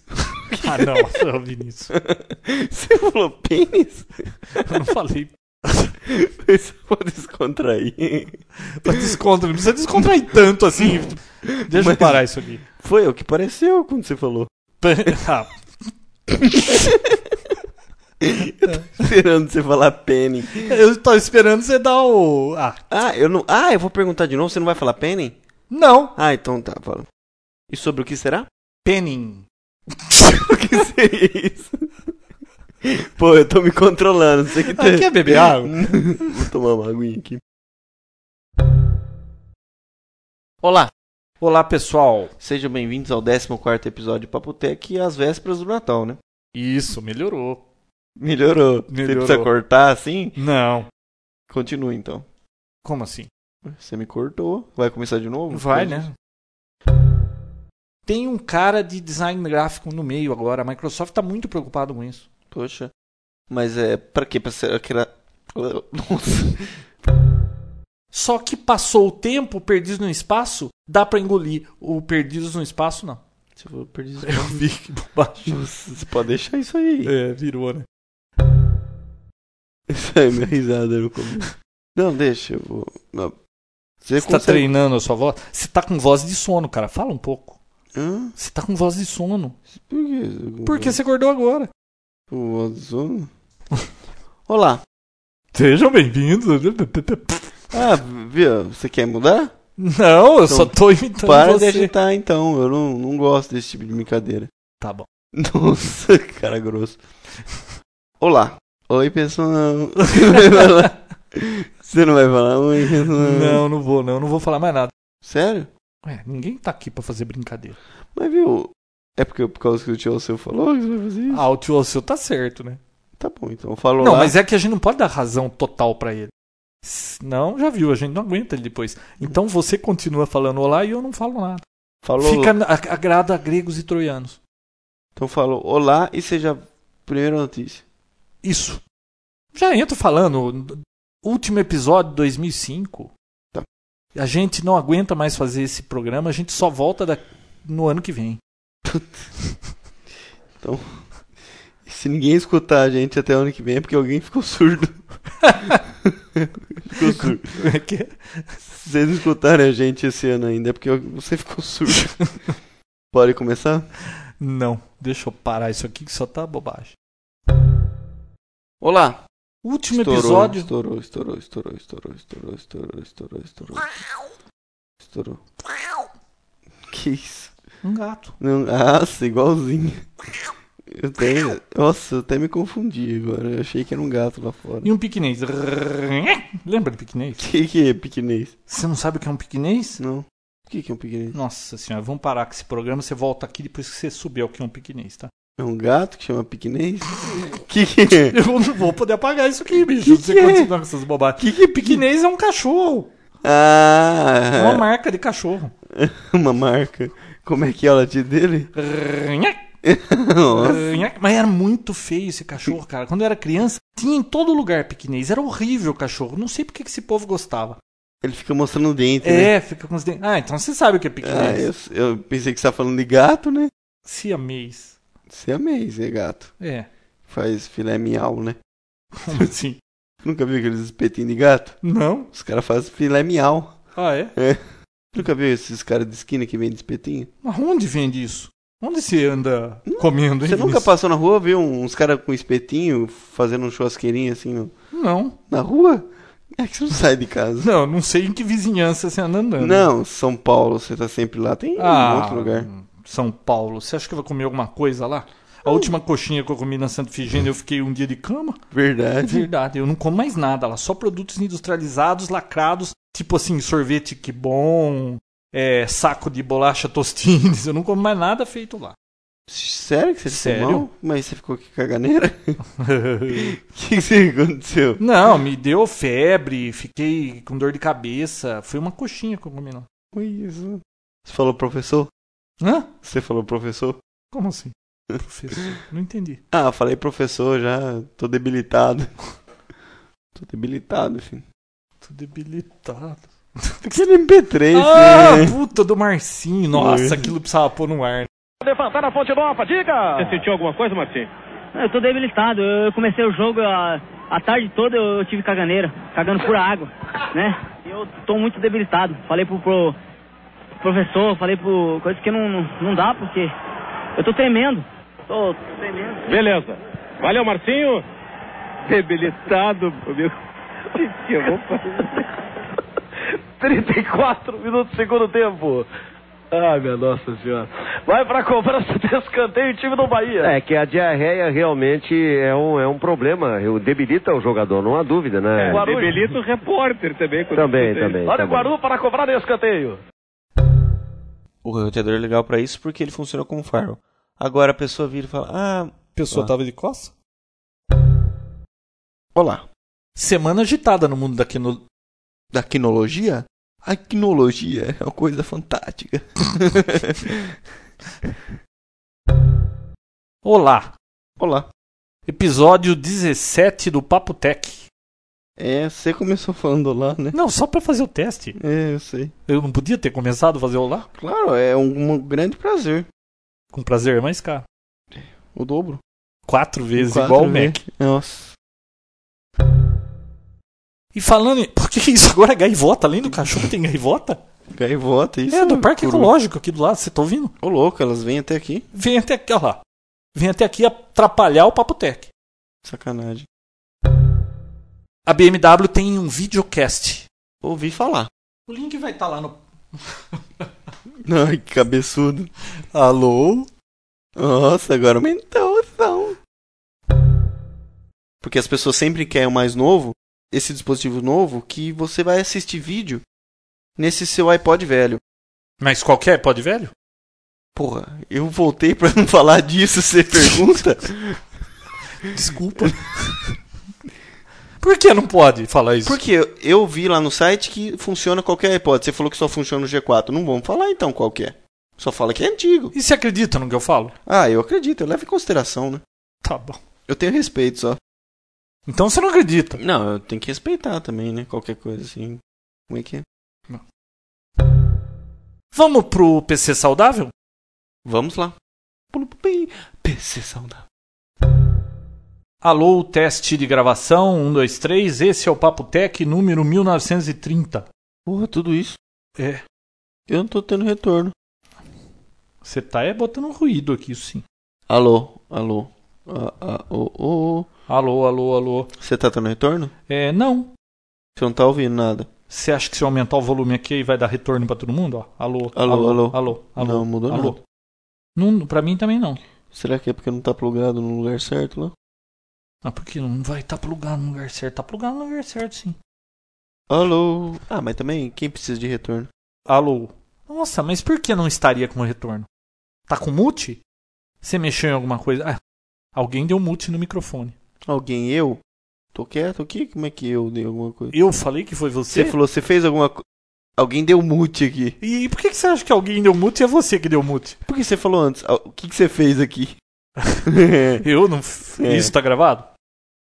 Speaker 3: Ah, não, *laughs* eu ouvi nisso.
Speaker 2: *laughs* Você falou *laughs* pênis?
Speaker 3: *laughs* Eu não falei.
Speaker 2: Você pode descontrair.
Speaker 3: Tá descontra, não precisa descontrair tanto assim. Deixa eu
Speaker 2: Mas-
Speaker 3: parar isso aqui.
Speaker 2: Foi o que pareceu quando você falou.
Speaker 3: Pen- *laughs* Ah,
Speaker 2: *laughs* Esperando você falar pênis.
Speaker 3: eu tô esperando você dar o. Ah,
Speaker 2: Ah, eu não. Ah, eu vou perguntar de novo. Você não vai falar penny?
Speaker 3: não.
Speaker 2: Ah, então tá, fala. E sobre o que será?
Speaker 3: Penning.
Speaker 2: *laughs* o que seria isso? Pô, eu tô me controlando. Você que tá...
Speaker 3: Ah, quer beber
Speaker 2: *laughs*
Speaker 3: água?
Speaker 2: Vou tomar uma aguinha aqui. Olá,
Speaker 3: Olá, pessoal.
Speaker 2: sejam bem-vindos ao 14 episódio de Papotec e às vésperas do Natal, né?
Speaker 3: Isso, melhorou.
Speaker 2: Melhorou. Você
Speaker 3: Melhorou.
Speaker 2: precisa cortar assim?
Speaker 3: Não.
Speaker 2: Continua então.
Speaker 3: Como assim?
Speaker 2: Você me cortou. Vai começar de novo?
Speaker 3: Vai, né? Tem um cara de design gráfico no meio agora. A Microsoft tá muito preocupado com isso.
Speaker 2: Poxa. Mas é. Pra quê? Pra ser aquela. *laughs* Nossa.
Speaker 3: Só que passou o tempo, Perdidos no Espaço, dá pra engolir. O Perdidos no Espaço, não.
Speaker 2: Você falou perdido.
Speaker 3: vi que bobagem.
Speaker 2: Nossa, você pode deixar isso aí.
Speaker 3: É, virou, né?
Speaker 2: Isso aí, minha risada no começo. Não, deixa, eu vou. Não. Você,
Speaker 3: Você tá
Speaker 2: consegue-
Speaker 3: treinando a sua voz? Você tá com voz de sono, cara. Fala um pouco.
Speaker 2: Hã?
Speaker 3: Você tá com voz de sono.
Speaker 2: Por que?
Speaker 3: Por que você acordou agora?
Speaker 2: O Ozono? Olá.
Speaker 3: Sejam bem-vindos.
Speaker 2: Ah, viu? Você quer mudar?
Speaker 3: Não, eu só tô imitando
Speaker 2: Para de
Speaker 3: você.
Speaker 2: agitar, então. Eu não, não gosto desse tipo de brincadeira.
Speaker 3: Tá bom.
Speaker 2: Nossa, *laughs* cara grosso. Olá. Oi,
Speaker 3: *laughs*
Speaker 2: pessoal. Você não vai falar oi, pessoal.
Speaker 3: Não, não vou, não. Não vou falar mais nada.
Speaker 2: Sério?
Speaker 3: Ué, ninguém tá aqui pra fazer brincadeira.
Speaker 2: Mas viu, é porque por causa que o tio seu falou que você vai fazer isso?
Speaker 3: Ah, o tio seu tá certo, né?
Speaker 2: Tá bom, então falou
Speaker 3: Não,
Speaker 2: lá.
Speaker 3: mas é que a gente não pode dar razão total pra ele. S- Não, já viu, a gente não aguenta ele depois. Então você continua falando olá e eu não falo nada.
Speaker 2: falou
Speaker 3: Fica na- a- agrada a gregos e troianos.
Speaker 2: Então falou olá e seja a primeira notícia.
Speaker 3: Isso. Já entro falando. n- Último episódio 2005.
Speaker 2: Tá.
Speaker 3: A gente não aguenta mais fazer esse programa, a gente só volta da- no ano que
Speaker 2: *laughs*
Speaker 3: vem.
Speaker 2: E se ninguém escutar a gente até o ano que vem é porque alguém ficou surdo. *laughs* ficou surdo.
Speaker 3: É
Speaker 2: Se vocês não escutarem a gente esse ano ainda é porque você ficou
Speaker 3: *laughs*
Speaker 2: surdo. Pode começar?
Speaker 3: não, deixa eu parar isso aqui que só tá bobagem.
Speaker 2: Olá.
Speaker 3: Último episódio.
Speaker 2: Estourou, estourou, estourou, estourou, estourou, estourou, estourou, estourou. Estourou. Que isso?
Speaker 3: Um gato.
Speaker 2: Não, nossa, igualzinho. Eu tenho. Nossa, eu até me confundi agora. Eu achei que era um gato lá fora.
Speaker 3: E um piquenês. Lembra de piquenês?
Speaker 2: O que, que é piquenês?
Speaker 3: Você não sabe o que é um piquenês?
Speaker 2: Não. O que, que é um piquenês?
Speaker 3: Nossa senhora, vamos parar com esse programa. Você volta aqui depois que você souber o que é um piquenês, tá?
Speaker 2: É um gato que chama
Speaker 3: *laughs*
Speaker 2: piquenês? O que, que é?
Speaker 3: Eu não vou poder apagar isso aqui, bicho.
Speaker 2: Que
Speaker 3: se você
Speaker 2: que é?
Speaker 3: continuar com essas bobagens.
Speaker 2: Que que é
Speaker 3: Piquenês é um cachorro. É uma
Speaker 2: Ah,
Speaker 3: marca de cachorro.
Speaker 2: uma marca. Como é que é o latir dele? *laughs*
Speaker 3: Rnhac,
Speaker 2: Nossa.
Speaker 3: rnhac. Mas era muito feio esse cachorro, cara. Quando eu era criança, tinha em todo lugar piquenês. Era horrível o cachorro. Não sei por que que esse povo gostava.
Speaker 2: Ele fica mostrando o dente, né?
Speaker 3: É, fica com os dentes. Ah, então você sabe o que é
Speaker 2: Ah,
Speaker 3: piquenês.
Speaker 2: eu, eu pensei que você tá falando de gato, né?
Speaker 3: Siamês.
Speaker 2: Você amei, Zé Gato.
Speaker 3: É,
Speaker 2: Faz filé miau, né?
Speaker 3: como assim?
Speaker 2: Nunca viu aqueles espetinhos de gato?
Speaker 3: Não?
Speaker 2: Os caras fazem filé miau.
Speaker 3: Ah, é?
Speaker 2: Nunca viu esses caras de esquina que vendem espetinho?
Speaker 3: Mas onde vende isso? Onde você anda comendo, hein?
Speaker 2: Você nunca
Speaker 3: Vinícius?
Speaker 2: passou na rua, viu uns caras com espetinho fazendo um churrasqueirinho assim no-
Speaker 3: Não.
Speaker 2: na rua? É que você não sai de casa.
Speaker 3: Não, não sei em que vizinhança você anda andando.
Speaker 2: Não, São Paulo, você tá sempre lá. Tem
Speaker 3: Ah,
Speaker 2: um outro lugar.
Speaker 3: São Paulo. Você acha que eu vou comer alguma coisa lá? A última coxinha que eu comi na Santa Figênia, eu fiquei um dia de cama. É
Speaker 2: Verdade.
Speaker 3: verdade, eu não como mais nada lá. Só produtos industrializados, lacrados, tipo assim, sorvete que bom, é, saco de bolacha tostines. *laughs* Eu não como mais nada feito lá.
Speaker 2: Sério que você ficou
Speaker 3: Sério?
Speaker 2: mal? Mas você ficou que
Speaker 3: *laughs*
Speaker 2: caganeira? *laughs* O que, que aconteceu?
Speaker 3: não, me deu febre, fiquei com dor de cabeça. Foi uma coxinha que eu comi lá.
Speaker 2: Foi isso. Você falou professor?
Speaker 3: Hã?
Speaker 2: Você falou professor?
Speaker 3: Como assim? Professor, não entendi.
Speaker 2: Ah, falei professor já. Tô debilitado. *laughs* Tô debilitado, filho. É
Speaker 3: Tô debilitado.
Speaker 2: Aquele MP3,
Speaker 3: Ah,
Speaker 2: né?
Speaker 3: puta do Marcinho. Nossa, aquilo precisava pôr no ar.
Speaker 4: Levantar a ponte nova, diga!
Speaker 5: Você sentiu alguma coisa, Marcinho?
Speaker 6: Eu tô debilitado. Eu comecei o jogo a, a tarde toda eu tive caganeira, cagando por água, né? Eu tô muito debilitado. Falei pro, pro professor, falei pro coisa que não, não, não dá porque eu tô tremendo. Tô, tô tremendo.
Speaker 5: Beleza. Valeu, Marcinho. Debilitado, meu. que eu vou fazer?
Speaker 4: 34 minutos, segundo tempo. Ai, minha nossa senhora. Vai pra cobrança de escanteio, time do Bahia.
Speaker 7: É que a diarreia realmente é um, é um problema, eu- debilita o jogador, não há dúvida, né?
Speaker 4: Guarulhos.
Speaker 5: É, Debilita o repórter também. quando
Speaker 7: Também,
Speaker 5: escuta ele.
Speaker 7: também.
Speaker 4: Olha o
Speaker 7: também.
Speaker 4: Guaru para cobrar escanteio.
Speaker 2: O roteador é legal pra isso porque ele funciona como firewall. Agora a pessoa vira e fala: Ah,
Speaker 3: Pessoa tava de costa?
Speaker 2: olá,
Speaker 3: Semana agitada no mundo da quino-
Speaker 2: da quinologia? A quinologia é uma coisa fantástica.
Speaker 3: Olá,
Speaker 2: *laughs* Olá.
Speaker 3: episódio 17 do Papo Tech.
Speaker 2: É, você começou falando olá, né?
Speaker 3: Não, só pra fazer o teste.
Speaker 2: É, eu sei.
Speaker 3: Eu não podia ter começado a fazer olá?
Speaker 2: Claro, é um, um grande prazer.
Speaker 3: Com prazer, mas cá.
Speaker 2: O dobro.
Speaker 3: Quatro vezes
Speaker 2: Quatro
Speaker 3: igual o
Speaker 2: vezes.
Speaker 3: Mac.
Speaker 2: Nossa.
Speaker 3: E falando em... *laughs* Por que isso agora é gaivota? Além do cachorro tem gaivota?
Speaker 2: Gaivota, isso.
Speaker 3: é, do Parque
Speaker 2: curu-
Speaker 3: Ecológico aqui do lado, você tá ouvindo?
Speaker 2: Ô, louco, elas vêm até aqui.
Speaker 3: Vem até aqui, ó lá. Vem até aqui atrapalhar o Papo Tech.
Speaker 2: Sacanagem.
Speaker 3: A BMW tem um videocast.
Speaker 2: Ouvi falar.
Speaker 3: O link vai estar lá no...
Speaker 2: Ai, que cabeçudo.
Speaker 3: Alô?
Speaker 2: Nossa, agora aumentou o som. Porque as pessoas sempre querem o mais novo, esse dispositivo novo, que você vai assistir vídeo nesse seu iPod velho.
Speaker 3: Mas qualquer pode velho?
Speaker 2: Porra, eu voltei pra não falar disso, você pergunta?
Speaker 3: Desculpa. Por que não pode falar isso?
Speaker 2: Porque eu- eu vi lá no site que funciona qualquer iPod. Você falou que só funciona o G4. Não vamos falar então qual que é. Só fala que é antigo.
Speaker 3: E se acredita no que eu falo?
Speaker 2: Ah, eu acredito, eu levo em consideração, né?
Speaker 3: Tá bom.
Speaker 2: Eu tenho respeito só.
Speaker 3: Então você não acredita.
Speaker 2: Não, eu tenho que respeitar também, né? Qualquer coisa assim. Como é que é?
Speaker 3: Vamos pro PC saudável?
Speaker 2: Vamos lá. PC saudável.
Speaker 3: Alô, teste de gravação, 1, 2, 3. Esse é o Papo Tech número 1930.
Speaker 2: Porra, tudo isso.
Speaker 3: É.
Speaker 2: Eu não tô tendo retorno.
Speaker 3: Você tá é botando ruído aqui, sim.
Speaker 2: Alô, alô. Ah, ah, ô, ô, ô.
Speaker 3: Alô, alô, alô.
Speaker 2: Você tá tendo retorno?
Speaker 3: É, não.
Speaker 2: Você não tá ouvindo nada.
Speaker 3: Você acha que se eu aumentar o volume aqui aí vai dar retorno pra todo mundo? Ó, alô,
Speaker 2: Alô,
Speaker 3: alô,
Speaker 2: alô.
Speaker 3: alô, alô.
Speaker 2: Não, mudou
Speaker 3: alô.
Speaker 2: nada.
Speaker 3: Não, pra mim também não.
Speaker 2: Será que é porque não tá plugado no lugar certo lá?
Speaker 3: Ah, porque não vai estar plugado no lugar certo. Tá plugado no lugar certo, sim.
Speaker 2: Alô. Ah, mas também quem precisa de retorno?
Speaker 3: Alô. Nossa, mas por que não estaria com retorno? Tá com mute? Você mexeu em alguma coisa? Ah, alguém deu mute no microfone.
Speaker 2: Alguém? Eu? Tô quieto aqui? Como é que eu dei alguma coisa?
Speaker 3: Eu falei que foi você?
Speaker 2: Você falou, você fez alguma coisa. Alguém deu mute aqui.
Speaker 3: E por que que você acha que alguém deu mute e é você que deu mute?
Speaker 2: Por que você falou antes? Ah, O que, que você fez aqui? *laughs*
Speaker 3: Eu não. f-
Speaker 2: É.
Speaker 3: Isso tá gravado?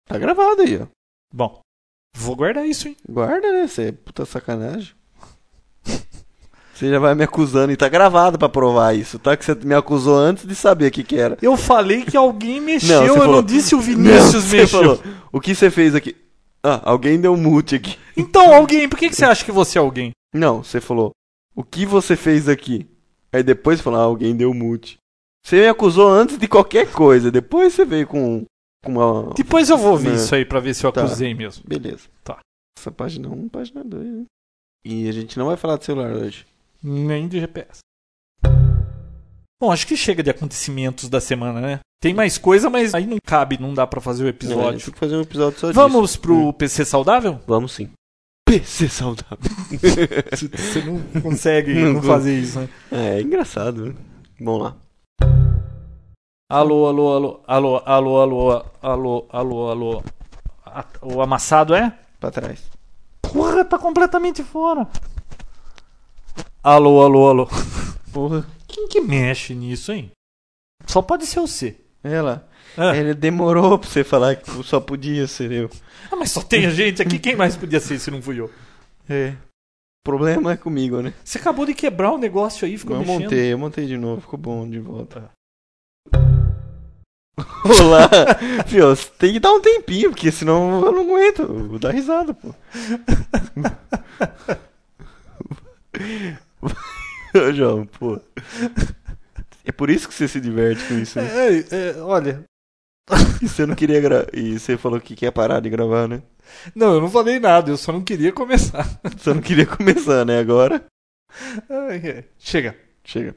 Speaker 2: tá gravado aí, ó.
Speaker 3: Bom, vou guardar isso, hein?
Speaker 2: Guarda, né? Você é puta sacanagem. Você já vai me acusando e tá gravado pra provar isso, tá? Que você me acusou antes de saber o que que era.
Speaker 3: Eu falei que alguém mexeu,
Speaker 2: você
Speaker 3: eu
Speaker 2: falou-
Speaker 3: não disse o
Speaker 2: Não,
Speaker 3: Vinícius
Speaker 2: você
Speaker 3: mexeu.
Speaker 2: falou, o que você fez aqui? Ah, alguém deu mute aqui.
Speaker 3: Então, alguém, por que, que você acha que você é alguém?
Speaker 2: Não, você falou, o que você fez aqui? Aí depois falou, ah, alguém deu mute. Você me acusou antes de qualquer coisa, depois você veio com, com uma...
Speaker 3: Depois eu vou ver
Speaker 2: É.
Speaker 3: isso aí pra ver se eu
Speaker 2: Tá.
Speaker 3: acusei mesmo.
Speaker 2: Beleza.
Speaker 3: Tipo- Tá.
Speaker 2: Essa página 1, página 2, né? E a gente não vai falar de celular hoje.
Speaker 3: Nem de GPS. Bom, acho que chega de acontecimentos da semana, né? Tem mais coisa, mas aí não cabe, não dá pra fazer o
Speaker 2: Não, a gente
Speaker 3: episódio.
Speaker 2: tem que fazer um episódio só disso. né?
Speaker 3: Vamos pro PC saudável?
Speaker 2: Vamos sim. PC *laughs* saudável.
Speaker 3: Você não
Speaker 2: *laughs*
Speaker 3: consegue
Speaker 2: Não
Speaker 3: não,
Speaker 2: vou.
Speaker 3: fazer isso, né?
Speaker 2: é, é engraçado, né? Vamos lá.
Speaker 3: Alô, alô, alô, alô, alô, alô, alô, alô, alô. A- O amassado é?
Speaker 2: Pra trás.
Speaker 3: Porra, tá completamente fora. Alô, alô, alô.
Speaker 2: Porra.
Speaker 3: Quem que mexe nisso, hein? Só pode ser você.
Speaker 2: Ela.
Speaker 3: Ah.
Speaker 2: Ele demorou pra você falar que só podia ser eu.
Speaker 3: Ah, mas só tem gente aqui. Quem mais podia ser se não fui eu?
Speaker 2: É. O problema é comigo, né?
Speaker 3: Você acabou de quebrar o negócio aí, ficou
Speaker 2: eu
Speaker 3: mexendo. Ah.
Speaker 2: montei, eu montei de novo, ficou bom de volta. *laughs* Olá! Fio, você tem que dar um tempinho, porque senão eu não aguento. Eu vou dar risada, pô. *laughs* Ô, João, pô. É por isso que você se diverte com isso, né?
Speaker 3: É, é, olha,
Speaker 2: E você não queria gravar. E você falou que quer parar de gravar, né?
Speaker 3: não, eu não falei nada, eu só não queria começar. *laughs*
Speaker 2: Você não queria começar, né? Agora.
Speaker 3: Ai, ai. Chega.
Speaker 2: Chega.